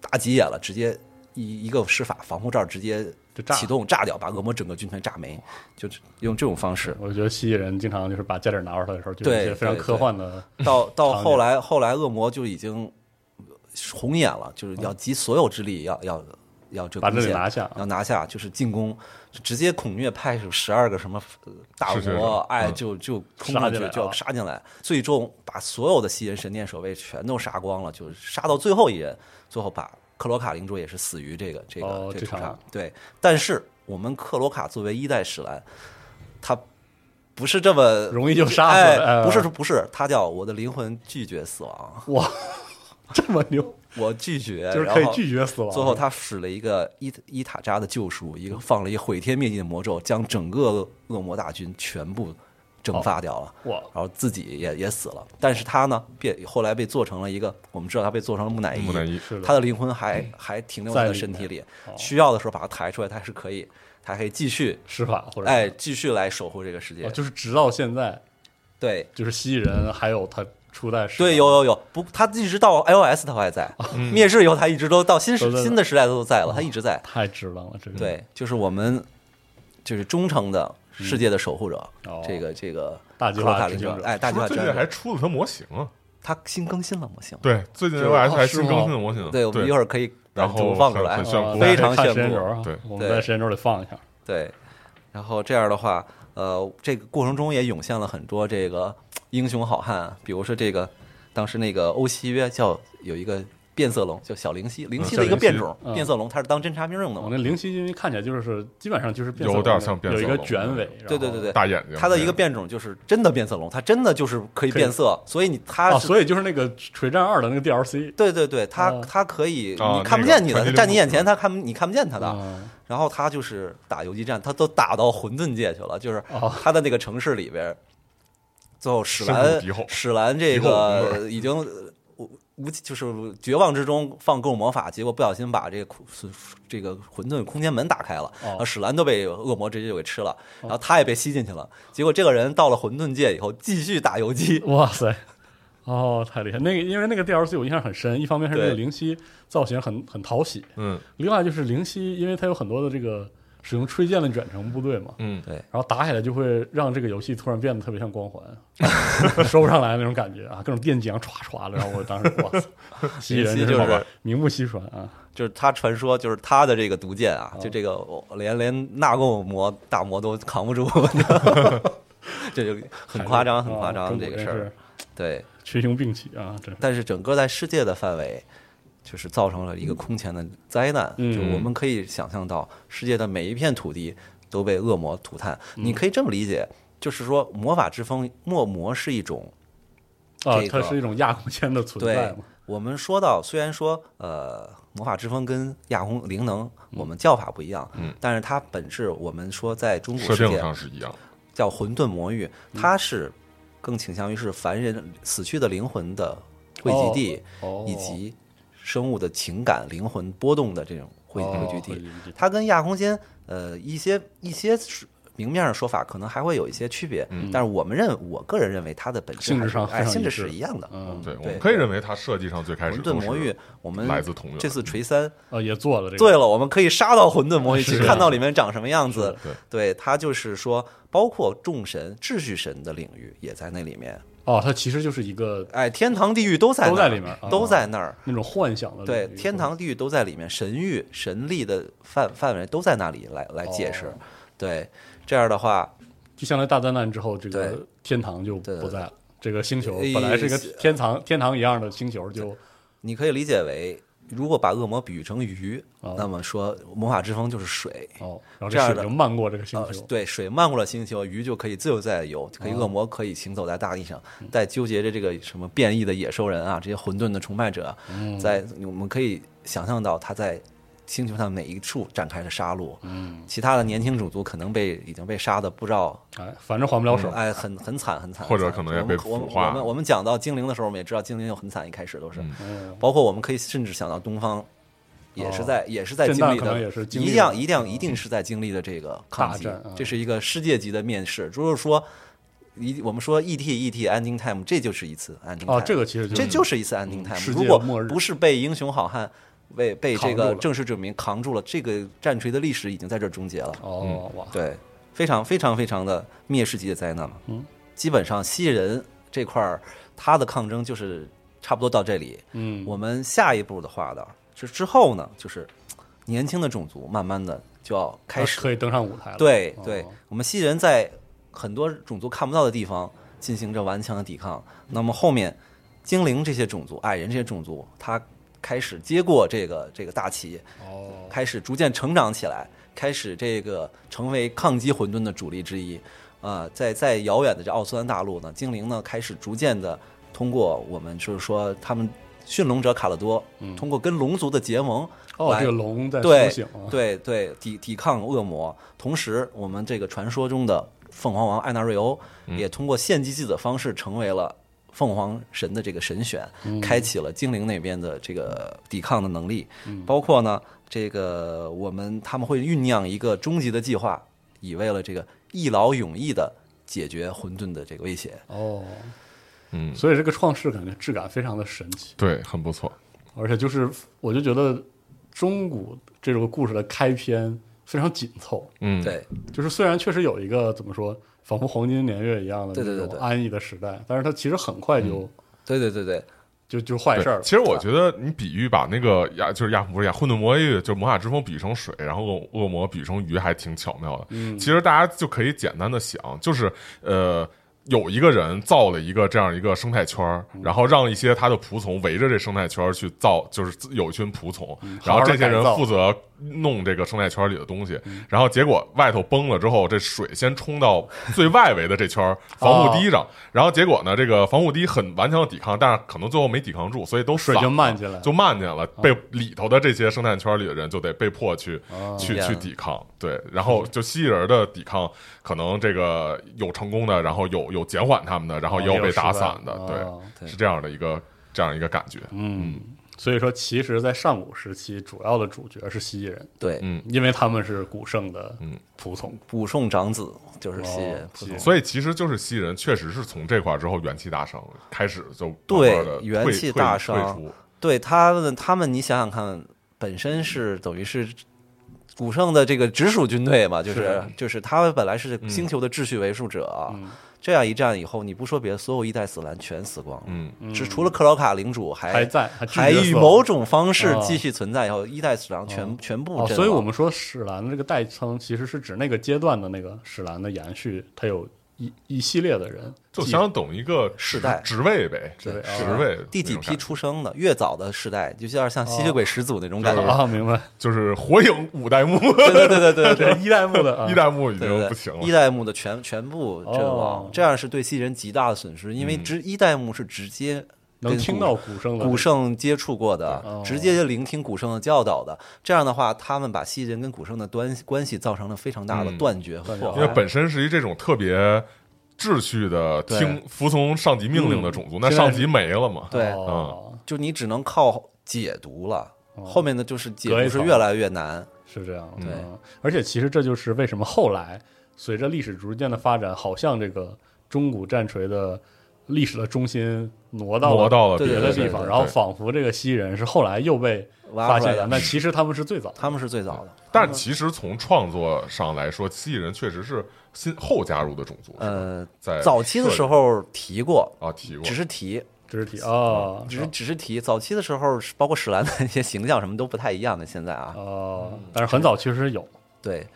S3: 打急眼了，直接一一个施法防护罩直接
S1: 就炸哦
S3: 启动炸掉，把恶魔整个军团炸没，就是用这种方式。
S1: 我觉得蜥蜴人经常就是把家底儿拿出来的时候，就有一
S3: 对
S1: 些非常
S3: 对
S1: 科
S3: 对
S1: 幻的
S3: 到到
S1: 常
S3: 后来，后来恶魔就已经红眼了，就是要集所有之力，要要要这
S1: 嗯
S3: 个
S1: 把这里
S3: 攻陷
S1: 拿下啊
S3: 要拿下，就是进攻，直接孔虐派十二个什么呃大
S2: 是是是
S3: 魔，哎，
S2: 嗯
S3: 就就冲
S1: 杀
S3: 上
S1: 进
S3: 去
S1: 来
S3: 就
S1: 啊
S3: 要杀进来，最终把所有的西人神殿守卫全都杀光了，就是杀到最后一人，最后把克罗卡领主也是死于这个这
S1: 哦
S3: 个这
S1: 这
S3: 个屠杀
S1: 场。
S3: 对，但是我们克罗卡作为一代史兰，他不是这么
S1: 容易就杀死了
S3: 哎
S1: 哎
S3: 不是不是，他叫我的灵魂拒绝死亡， [laughs]
S1: 哇，这么牛，
S3: 我拒绝，
S1: 就是
S3: 然
S1: 可以
S3: 后
S1: 拒绝死亡。
S3: 最后他使了一个伊伊塔扎的救赎，一个放了一个毁天灭地的魔咒，将整个恶魔大军全部蒸发掉了。
S1: 哇
S3: 然后自己也也死了，但是他呢，变后来被做成了一个，我们知道他被做成了木乃伊，
S2: 木乃伊
S1: 是的嗯
S3: 他的灵魂还还停留在
S1: 在
S3: 他的
S1: 里
S3: 身体
S1: 面
S3: 里
S1: 哦，
S3: 需要的时候把它抬出来，他是可以，他可以继续，
S1: 施法或者
S3: 哎，继续来守护这个世界
S1: 哦，。就是直到现在，
S3: 对
S1: 就是蜥蜴人还有他初代
S3: 对，有有有，不，他一直到 iOS 他还在，灭世以后他一直都到新时
S1: 都在
S3: 新的时代都在了，他一直在。
S1: 太值当了，这个
S3: 对，就是我们就是忠诚的世界的守护者，
S1: 哦
S3: 这个这个
S1: 大计
S3: 克罗
S1: 划
S3: 塔
S1: 执
S3: 林
S1: 行
S3: 格
S1: 者
S3: 哎，大
S2: 是
S3: 计
S2: 不
S3: 划
S2: 是最
S3: 专
S2: 近还
S3: 家，
S2: 出了它模型啊？
S3: 他新更新了模型，
S2: 对，最近
S1: 是
S2: iOS 还
S1: 哦
S2: 新
S1: 是吗
S2: 更新的模型。
S3: 啊对，我们一会
S2: 儿
S3: 儿可以把
S2: 然后
S3: 图放出来哎
S2: 很，炫
S1: 哦
S2: 酷
S3: 非常
S1: 大家可以看
S3: 炫
S1: 时间
S3: 酷
S1: 轴啊
S2: 对
S1: 我们在时间轴里放一下。
S3: 对，然后这样的话，呃，这个过程中也涌现了很多这个英雄好汉，比如说这个当时那个欧西约叫有一个变色龙，叫小灵犀，灵犀的一个变种
S1: 小灵犀嗯嗯
S3: 变色龙，它是当侦察兵用的
S1: 我
S3: 嘛
S1: 那。灵犀因为看起来就是基本上就是变
S2: 有
S1: 色龙
S2: 点像变色
S1: 有一个
S2: 龙
S1: 卷尾，
S3: 对对
S1: 然后
S3: 对对，
S2: 大眼睛
S3: 它的一个变种就是真的变色龙，它真的就是可以
S1: 可以
S3: 变色，所以你它
S1: 啊，
S3: 是
S1: 所以就是那个《锤战二》的那个 DLC，
S3: 对对对，他
S1: 哦
S3: 他可以，
S2: 哦
S3: 你看不
S2: 那个
S3: 见你
S2: 传
S3: 的，
S2: 奇
S3: 他
S2: 灵
S3: 站你
S2: 魂
S3: 眼前，他看你看不见他的。
S1: 啊，
S3: 然后他就是打游击战，他都打到混沌界去了，就是
S1: 哦
S3: 他的那个城市里边，最后史
S2: 深入
S3: 兰
S2: 敌后
S3: 史兰这
S2: 敌后嗯无
S3: 个已经呃无无就是绝望之中放各种魔法，结果不小心把这个空这个混沌空间门打开了，
S1: 哦
S3: 然后史兰都被恶魔直接就给
S2: 哦
S3: 吃了，然后他也被吸进去了。结果这个人到了混沌界以后，继续打游击，
S1: 哇塞！哦，太厉害！那个因为那个 DLC 我印象很深，一方面是那个
S3: 对
S1: 灵犀造型很很讨喜，
S2: 嗯
S1: 另外就是灵犀，因为它有很多的这个使用吹剑的远程部队嘛，
S2: 嗯，
S1: 然后打起来就会让这个游戏突然变得特别像光环， [laughs] 说不上来那种感觉啊，各种电浆唰唰的，然后我当时哇
S3: [laughs]
S1: 塞，蜥蜴人真
S3: 灵犀就是
S1: 好玩名不虚传啊！
S3: 就是他传说，就是他的这个毒箭啊，就这个哦连连纳贡魔大魔都扛不住， [laughs] 这就很夸张，很夸
S1: 啊
S3: 张
S1: 中
S3: 这
S1: 国
S3: 个
S1: 真
S3: 事儿
S1: 是。
S3: 对，
S1: 群雄并起啊，真是
S3: 但是整个在世界的范围，就是造成了一个空前的灾难。
S1: 嗯
S3: 就我们可以想象到，世界的每一片土地都被恶魔涂炭。
S1: 嗯
S3: 你可以这么理解，就是说魔法之风，恶魔是一种
S1: 啊
S3: 这，
S1: 它
S3: 个
S1: 是一种亚空间的存在
S3: 对
S1: 嘛，，
S3: 我们说到虽然说呃，魔法之风跟亚空灵能
S1: 嗯
S3: 我们叫法不一样，嗯，但是它本质我们说在中
S2: 设
S3: 古世
S2: 定
S3: 界
S2: 上是一样。
S3: 叫混沌魔域，
S1: 嗯
S3: 它是更倾向于是凡人死去的灵魂的汇集地，
S1: 哦
S3: 以及生物的情感灵魂波动的这种汇
S1: 哦
S3: 汇聚
S1: 汇聚
S3: 地
S1: 地。
S3: 它跟亚空间呃一些一些明面上说法可能还会有一些区别，但是我们认我个人认为它的本质
S1: 嗯性质
S3: 还是
S1: 上非
S3: 哎
S1: 常
S3: 性
S1: 一
S3: 质
S1: 致
S3: 是一样的，
S1: 嗯，
S2: 对，我们
S3: 对
S2: 可以认为它设计上最开始
S3: 混沌
S2: 都是
S3: 魔域，我们
S2: 来自同源
S3: 这次锤三，
S1: 啊，也做了这个，
S3: 对了，我们可以杀到混沌魔域
S1: 是
S3: 去，
S1: 的
S3: 看到里面长什么样
S1: 是的
S3: 子
S2: 对。
S3: 对，它就是说，包括众神、秩序神的领域也在那里面。
S1: 哦，它其实就是一个
S3: 哎，天堂、地狱都在那儿
S1: 都在里面啊
S3: 都在那儿。
S1: 那种幻想的
S3: 对
S1: 那，个
S3: 天堂、地狱都在里面，神域、神力的范范围都在那里来来解释
S1: 哦。
S3: 对，这样的话，
S1: 就相当于大灾难之后，这个
S3: 对
S1: 天堂就
S3: 对对
S1: 不在了。这个星球
S3: 哎
S1: 本来是一个天堂，天堂一样的星球就
S3: 你可以理解为，如果把恶魔比喻成鱼，那么说魔法之风就是水。
S1: 哦，然后
S3: 这
S1: 这
S3: 样的
S1: 水就漫过这个星
S3: 呃
S1: 球，，哦
S3: 对，水漫过了星球，鱼就可以自由自在地游，可以恶魔可以行走在大地上，在纠结着这个什么变异的野兽人啊，这些混沌的崇拜者，
S1: 嗯
S3: 在我们可以想象到他在星球上每一处展开了杀戮，嗯，其他的年轻种族可能被已经被杀的不知道，
S1: 哎，反正还不了手。
S3: 哎，很很惨很惨，
S2: 或者
S3: 很惨
S2: 可能也
S3: 我们
S2: 被
S3: 我们
S2: 腐化
S3: 我们我们讲到精灵的时候，我们也知道精灵又很惨，一开始都是，
S1: 嗯哦
S3: 包括我们可以甚至想到东方。也是在，也是在
S1: 震
S3: 经
S1: 荡
S3: 历
S1: 可
S3: 的，
S1: 能也是经历
S3: 一样
S1: 了嗯
S3: 一定一定是在经历的这个抗击
S1: 大战啊，
S3: 这是一个世界级的面试。就是说，一我们说 E T E T ending time，这就是一次 ending time。
S1: 哦，这个其实
S3: 哎
S1: 就
S3: 这
S1: 嗯
S3: 就是是一次 ending
S1: 世
S3: time。
S1: 界
S3: 如果
S1: 末日
S3: 不是被英雄好汉为被这
S1: 扛住
S3: 个
S1: 了
S3: 正式者民扛住了，这个战锤的历史已经在这儿终结了。
S1: 哦哇，
S3: 对，非常非常非常的灭世级的灾难嘛。嗯，基本上蜥蜴人这块儿，他的抗争就是差不多到这里。
S1: 嗯，
S3: 我们下一步的话呢，就之后呢，就是年轻的种族慢慢的就要开始，
S1: 可以登上舞台了。
S3: 对
S1: 哦
S3: 对，我们蜥蜴人在很多种族看不到的地方进行着顽强的抵抗。那么后面，精灵这些种族、矮人这些种族，他开始接过这个这个大旗，
S1: 哦，
S3: 开始逐渐成长起来，开始这个成为抗击混沌的主力之一。啊、在在遥远的这奥斯兰大陆呢，精灵呢开始逐渐的通过我们就是说他们驯龙者卡勒多，通过跟龙族的结盟
S1: 嗯哦，
S3: 来
S1: 这个龙在苏
S3: 对
S1: 醒啊，
S3: 对对抵抵抗恶魔。同时，我们这个传说中的凤凰王艾纳瑞欧
S2: 嗯
S3: 也通过献祭祭的方式成为了凤凰神的这个神选，
S1: 嗯
S3: 开启了精灵那边的这个抵抗的能力。
S1: 嗯
S3: 包括呢，这个我们他们会酝酿一个终极的计划，以为了这个一劳永逸的解决混沌的这个威胁。
S1: 哦，
S2: 嗯，
S1: 所以这个创世感觉质感非常的神奇，
S2: 对，很不错。
S1: 而且就是我就觉得中古这种故事的开篇非常紧凑，
S2: 嗯，，
S3: 对，
S1: 就是虽然确实有一个怎么说，仿佛黄金年月一样的
S3: 对对对
S1: 那种
S3: 对嗯
S1: 安逸的时代，但是它其实很快就、
S3: 对对对对，
S1: 就就坏事儿了
S2: 其。实我觉得你比喻把那个亚就是亚不是亚混沌魔域，就是魔法之风比喻成水，然后恶恶魔比喻成鱼，还挺巧妙的。嗯，其实大家就可以简单的想，就是呃。有一个人造了一个这样一个生态圈儿
S1: 嗯
S2: 然后让一些他的仆从围着这生态圈儿去造，就是有一群仆从，然后这些人
S1: 嗯好好改造
S2: 负责弄这个生态圈里的东西，
S1: 嗯
S2: 然后结果外头崩了之后，这水先冲到最外围的这圈儿防护
S1: 哦
S2: 堤上，然后结果呢，这个防护堤很顽强的抵抗，但是可能最后没抵抗住，所以都
S1: 水
S2: 散
S1: 就
S2: 了
S1: 漫进来了哦
S2: 就漫进来了，被里头的这些生态圈里的人就得被迫去
S1: 哦
S2: 去
S3: 明白
S2: 去
S3: 了
S2: 抵抗，对，然后就蜥蜴人的抵抗，可能这个有成功的，然后有有减缓他们的，然后也
S1: 哦也
S2: 有
S1: 有
S2: 被
S1: 失败
S2: 打散的
S1: 哦，
S2: 对，是这样的一个这样一个感觉，
S1: 嗯，所以说其实，在上古时期，主要的主角是蜥蜴人，
S3: 对，
S2: 嗯
S1: 因为他们是古圣的仆从。
S3: 武宋长子嗯就是西人
S1: 哦，
S3: 普
S1: 西
S3: 通
S1: 人
S2: 所以其实就是西人，确实是从这块儿之后元气大伤，开始就
S3: 对
S2: 慢慢地
S3: 元
S2: 退
S3: 气
S2: 退
S3: 大伤
S2: 退出，
S3: 对他们，他们你想想看，本身是等于是古圣的这个直属军队嘛，就是
S1: 是
S3: 就是他们本来是星球的秩序维护者啊、这样一战以后，你不说别的，所有一代死蓝全死光了，
S2: 嗯，
S3: 只除了克劳卡领主还
S1: 还在还拒绝
S3: 还以
S1: 死亡
S3: 某种方式
S1: 哦
S3: 继续存在以后，一代死狼全、全部
S1: 哦，
S3: 阵亡、
S1: 所以我们说史兰的这个代称，其实是指那个阶段的那个史兰的延续，它有一一系列的人，
S2: 就
S1: 继
S2: 相等一个
S3: 世
S2: 职
S3: 代
S2: 职位呗，
S1: 职位
S2: 职
S1: 啊
S2: 位
S3: 第几
S2: 那种
S3: 批
S2: 感觉
S3: 出生的，越早的世代，就有点像吸血鬼始祖那种感觉。
S1: 啊，明白？
S2: 就是火影五代目，
S3: 对对对对对对
S1: 对，一代目的啊
S2: 一代目已
S3: [laughs] 对
S2: 经
S3: 对
S2: 不行
S3: 一
S2: 了，
S3: 代目的全全部阵亡，
S1: 哦
S3: 这样是对西人极大的损失，因为直一代目是直接
S1: 能
S3: 跟
S1: 听到古圣的
S3: 古圣接触过的，
S1: 对
S3: 直接聆听古圣的教导的。这样的话，他们把西人跟古圣的关关系造成了非常大的
S2: 嗯
S3: 断绝和破
S2: 因为
S3: 坏。
S2: 本身是一这种特别秩序的
S3: 对嗯
S2: 听服从上级命令的种族，那
S1: 现在
S2: 上级没了嘛，
S3: 对，嗯
S1: 哦，
S3: 就你只能靠解读了。后面的就是解
S1: 隔一
S3: 读是
S1: 层
S3: 越来越难，
S1: 是这样。
S3: 对
S1: 嗯，而且其实这就是为什么后来随着历史逐渐的发展，好像这个中古战锤的历史的中心挪到
S2: 挪到了
S3: 对
S2: 别
S1: 别
S3: 对
S1: 的
S3: 对
S1: 地
S3: 对
S1: 方，
S3: 对
S1: 然后仿佛这个西人是后来又被
S3: 挖
S1: 发
S3: 出
S1: 现
S3: 来
S1: 的，
S3: 的
S1: 但其实他们是最早的。
S3: 他们是最早的。
S2: 但其实从创作上来说，蜥蜴人确实是新后加入的种嗯族，是吧
S3: 呃，
S2: 在
S3: 早期的时候提过，
S2: 啊提过，
S3: 只是提，
S1: 肢
S3: [laughs]
S1: 体啊，
S3: 只是只是提。早期的时候，包括史兰的一些形象什么都不太一样的。现在啊，
S1: 哦，但是很早确实有，
S3: 对，
S2: 嗯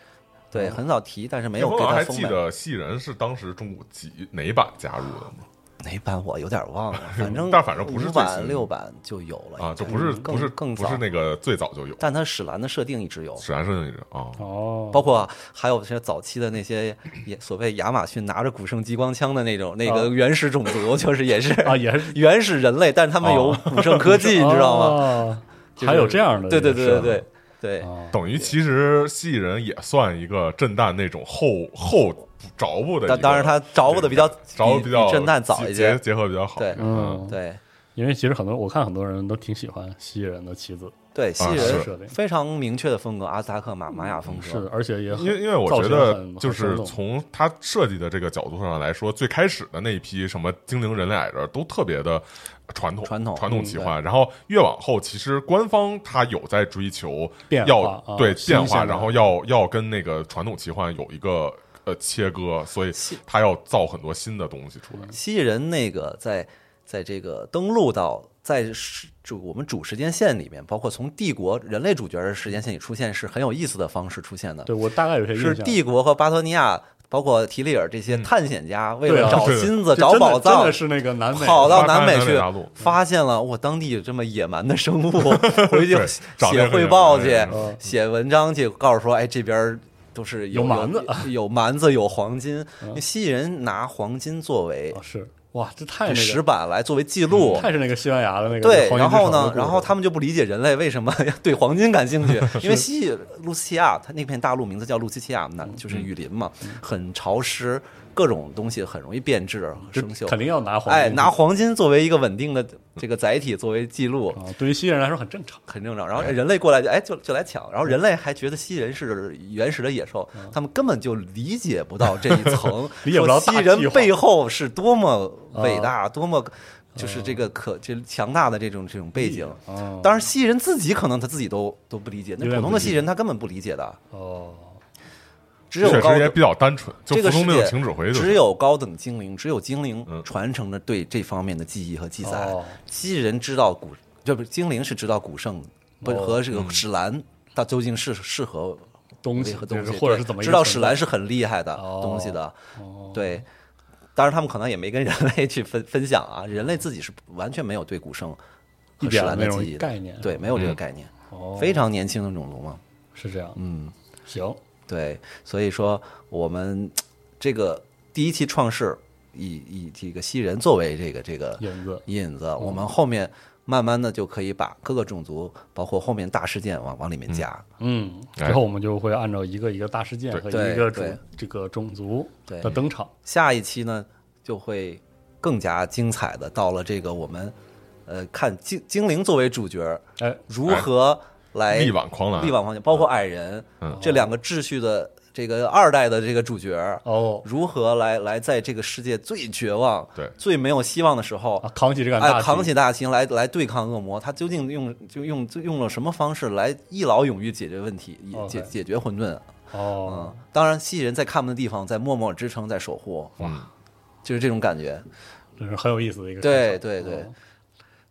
S3: 对，很早提，但是没
S2: 因为
S3: 有
S2: 我
S3: 给
S2: 好像
S3: 他
S2: 还
S3: 封
S2: 记
S3: 面。
S2: 得蜥蜴人是当时中国几哪版加入的吗？
S3: 哪版我有点忘
S2: [laughs]
S3: 了，反正
S2: 但反正不是最
S3: 五版
S2: 新
S3: 六版就有了
S2: 啊，
S3: 应该
S2: 就不是
S3: 哎更
S2: 不是
S3: 更
S2: 不
S3: 早
S2: 是，那个最早就有，
S3: 但它史兰的设定一直有，
S2: 史莱设定人啊，
S1: 哦，
S3: 包括还有些早期的那些也所谓亚马逊拿着古圣激光枪的那种那个
S1: 啊
S3: 原始种族， [laughs] 就是也是
S1: 啊，也是
S3: 原始人类，但是他们有
S2: 啊
S1: 哦
S3: 古圣科技，你知道吗？
S1: 吗？
S3: 就是
S1: 哦还有这样的，
S3: 对对对
S1: 也
S3: 对
S1: 是
S3: 对对，
S1: 啊
S2: 等于其实蜥蜴人也算一个震旦那种后后着步的一个，
S3: 但当然他着步的比较
S2: 着步比较
S3: 比震旦早一
S2: 结
S3: 些
S2: 结合比较好，
S3: 对
S1: 嗯，
S3: 对
S1: 因为其实很多我看很多人都挺喜欢蜥蜴人的棋子
S3: 对，蜥
S2: 啊是
S3: 人
S1: 设定，
S3: 非常明确的风格，阿兹塔克玛玛雅风格，
S1: 嗯是的，而且也很
S2: 因为因为我
S1: 造
S2: 觉
S1: 型
S2: 得
S1: 很
S2: 就
S1: 很生
S2: 是
S1: 动
S2: 从他设计的这个角度上来说，最开始的那一批什么精灵、人类、矮人都特别的传统、
S3: 传统
S2: 传统奇幻。然后越往后，其实官方他有在追求
S1: 变
S2: 要
S1: 化啊
S2: 对
S1: 新
S2: 变
S1: 鲜
S2: 化，
S1: 的
S2: 然后要要跟那个传统奇幻有一个呃切割，所以他要造很多新的东西出来。
S3: 蜥蜴人那个在在这个登陆到在是主我们主时间线里面，包括从帝国人类主角的时间线里出现，是很有意思的方式出现的。
S1: 对我大概有些印
S3: 是
S1: 象，
S3: 帝国和巴托尼亚，包括提里尔这些探险家，为
S1: 对
S3: 了
S1: 啊
S3: 找
S2: 对
S3: 金子、
S1: 这
S3: 找
S1: 真的
S3: 宝
S1: 真
S3: 藏
S1: 的。是那个南美
S3: 跑到南美
S2: 南美
S3: 去
S2: 大陆，
S3: 发现了我当地有这么野蛮的生物，
S1: [laughs]
S3: 回去
S2: 对找这
S3: 写
S2: 个
S3: 汇报去
S2: 人
S1: 嗯，
S3: 写文章去，告诉说，哎，这边儿都是
S1: [laughs] 有蛮子，嗯
S3: 有有蛮子，有黄金。那蜥蜴人拿黄金作为
S1: 啊是哇，这太那
S3: 这石
S1: 个，嗯
S3: 板来作为记录。
S1: 太是那个西班牙的那个
S3: 对，
S1: 黄金
S3: 然
S1: 之
S3: 后
S1: 手的
S3: 呢
S1: 故，事
S3: 然后他们就不理解人类为什么要对黄金
S1: [laughs]
S3: 感兴趣，因为西路西奇亚，它那片大陆名字叫路西奇亚，那
S1: 嗯
S3: 就是雨林嘛，很潮湿，各种东西很容易变质
S1: 就
S3: 生锈。
S1: 肯定要拿黄金，
S3: 哎，拿黄金作为一个稳定的这个载体，作为记录，
S1: 啊，对于西人来说很正常。
S3: 很正常。然后人类过来就哎就就来抢，
S1: 嗯
S3: 然后人类还觉得西人是原始的野兽，他们根本就理解不到这一
S1: [laughs]，
S3: 层
S1: 理解不到
S3: 说西
S1: 大计
S3: 人
S1: 划嗯
S3: 背后是多么伟大，多么就是这个可这强大的这种这种背景。
S1: 哦，
S3: 当然，西人自己可能他自己都都不理解，那
S1: 有点
S3: 普通
S1: 不
S3: 的
S1: 理解
S3: 西人他根本不理解的，
S1: 哦，
S3: 只有
S2: 确
S3: 高
S2: 实也比较单纯，就
S3: 这
S2: 服
S3: 个世
S2: 从命
S3: 界
S2: 请指挥就
S3: 只
S2: 是。
S3: 有高等精灵，只有精灵
S2: 嗯
S3: 传承着对这方面的记忆和记载
S1: 哦。
S3: 西人知道古，这不是精灵是知道古圣不
S1: 哦
S3: 和这
S2: 嗯
S3: 个史兰，它究竟是适合
S1: 东西
S3: 为何东西
S1: 就是，或者是
S3: 对
S1: 怎么一个
S3: 知道
S1: 存
S3: 史
S1: 在
S3: 兰是很厉害的
S1: 哦
S3: 东西的，对。当然，他们可能也没跟人类去分 [laughs] 分享啊，人类自己是完全没有对古圣
S1: 一
S3: 和史
S1: 点儿
S3: 兰
S1: 那
S3: 的
S1: 种
S3: 记忆的
S1: 概念，啊
S3: 对，没有这个
S2: 嗯
S3: 概念，
S1: 哦，
S3: 非常年轻的种族嘛，
S1: 是这样，
S3: 嗯。
S1: 行，
S3: 对，所以说我们这个第一期创世以以这个西人作为这个这个
S1: 引子嗯
S3: 引子，我们后面慢慢的就可以把各个种族，包括后面大事件往往里面加。
S1: 嗯，
S2: 哎
S1: 之后我们就会按照一个一个大事件和
S3: 对
S1: 一个
S3: 对
S1: 种这个种族
S3: 对
S1: 的登场，
S3: 下一期呢就会更加精彩的到了这个我们呃看精精灵作为主角
S1: 哎，啊
S3: 如何来
S2: 力挽狂澜，
S3: 力挽狂澜，包括矮人、
S2: 嗯
S3: 这两个秩序的这个二代的这个主角。
S1: 哦，
S3: 如何来来在这个世界最绝望、
S2: 对
S3: 最没有希望的时候
S1: 啊，，扛起这杆大
S3: 哎，
S1: 旗
S3: 扛起大旗来来对抗恶魔，他究竟用就用就用了什么方式来一劳永逸解决问题，也
S1: OK
S3: 解解决混沌？
S1: 哦
S3: 嗯，，当然，蜥蜴人在看不见的地方，在默默支撑，在守护，
S2: 嗯，
S3: 就是这种感觉。
S1: 这是很有意思的一个
S3: 对
S1: 事情
S3: 对对
S1: 哦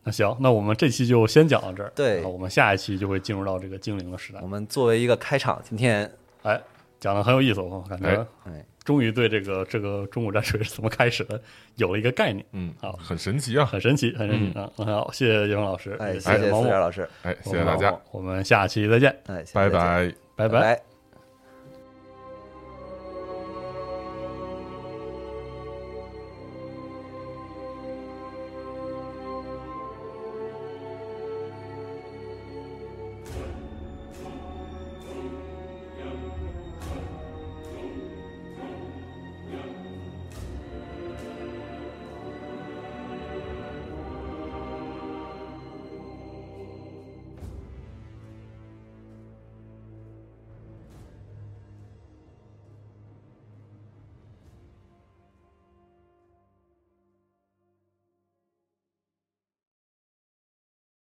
S1: 那行，那我们这期就先讲到这儿。
S3: 对嗯
S1: 然后我们下一期就会进入到这个精灵的时代
S3: 我。们作为一个开场，今天
S1: 哎，讲的很有意思，我感觉
S2: 哎
S3: 哎，
S1: 终于对这个这个中国战锤是怎么开始的有了一个概念，
S2: 嗯
S1: 好，
S2: 很神奇啊！
S1: 很神奇，很神奇啊！那好，谢谢叶峰老师，
S3: 哎，
S1: 也
S3: 谢谢
S1: 毛毛
S3: 思源，老师，
S2: 哎，谢谢大家，
S1: 我们下期再见，
S3: 哎，谢谢
S2: 拜
S3: 大家，
S2: 拜。
S1: 拜
S3: 拜拜。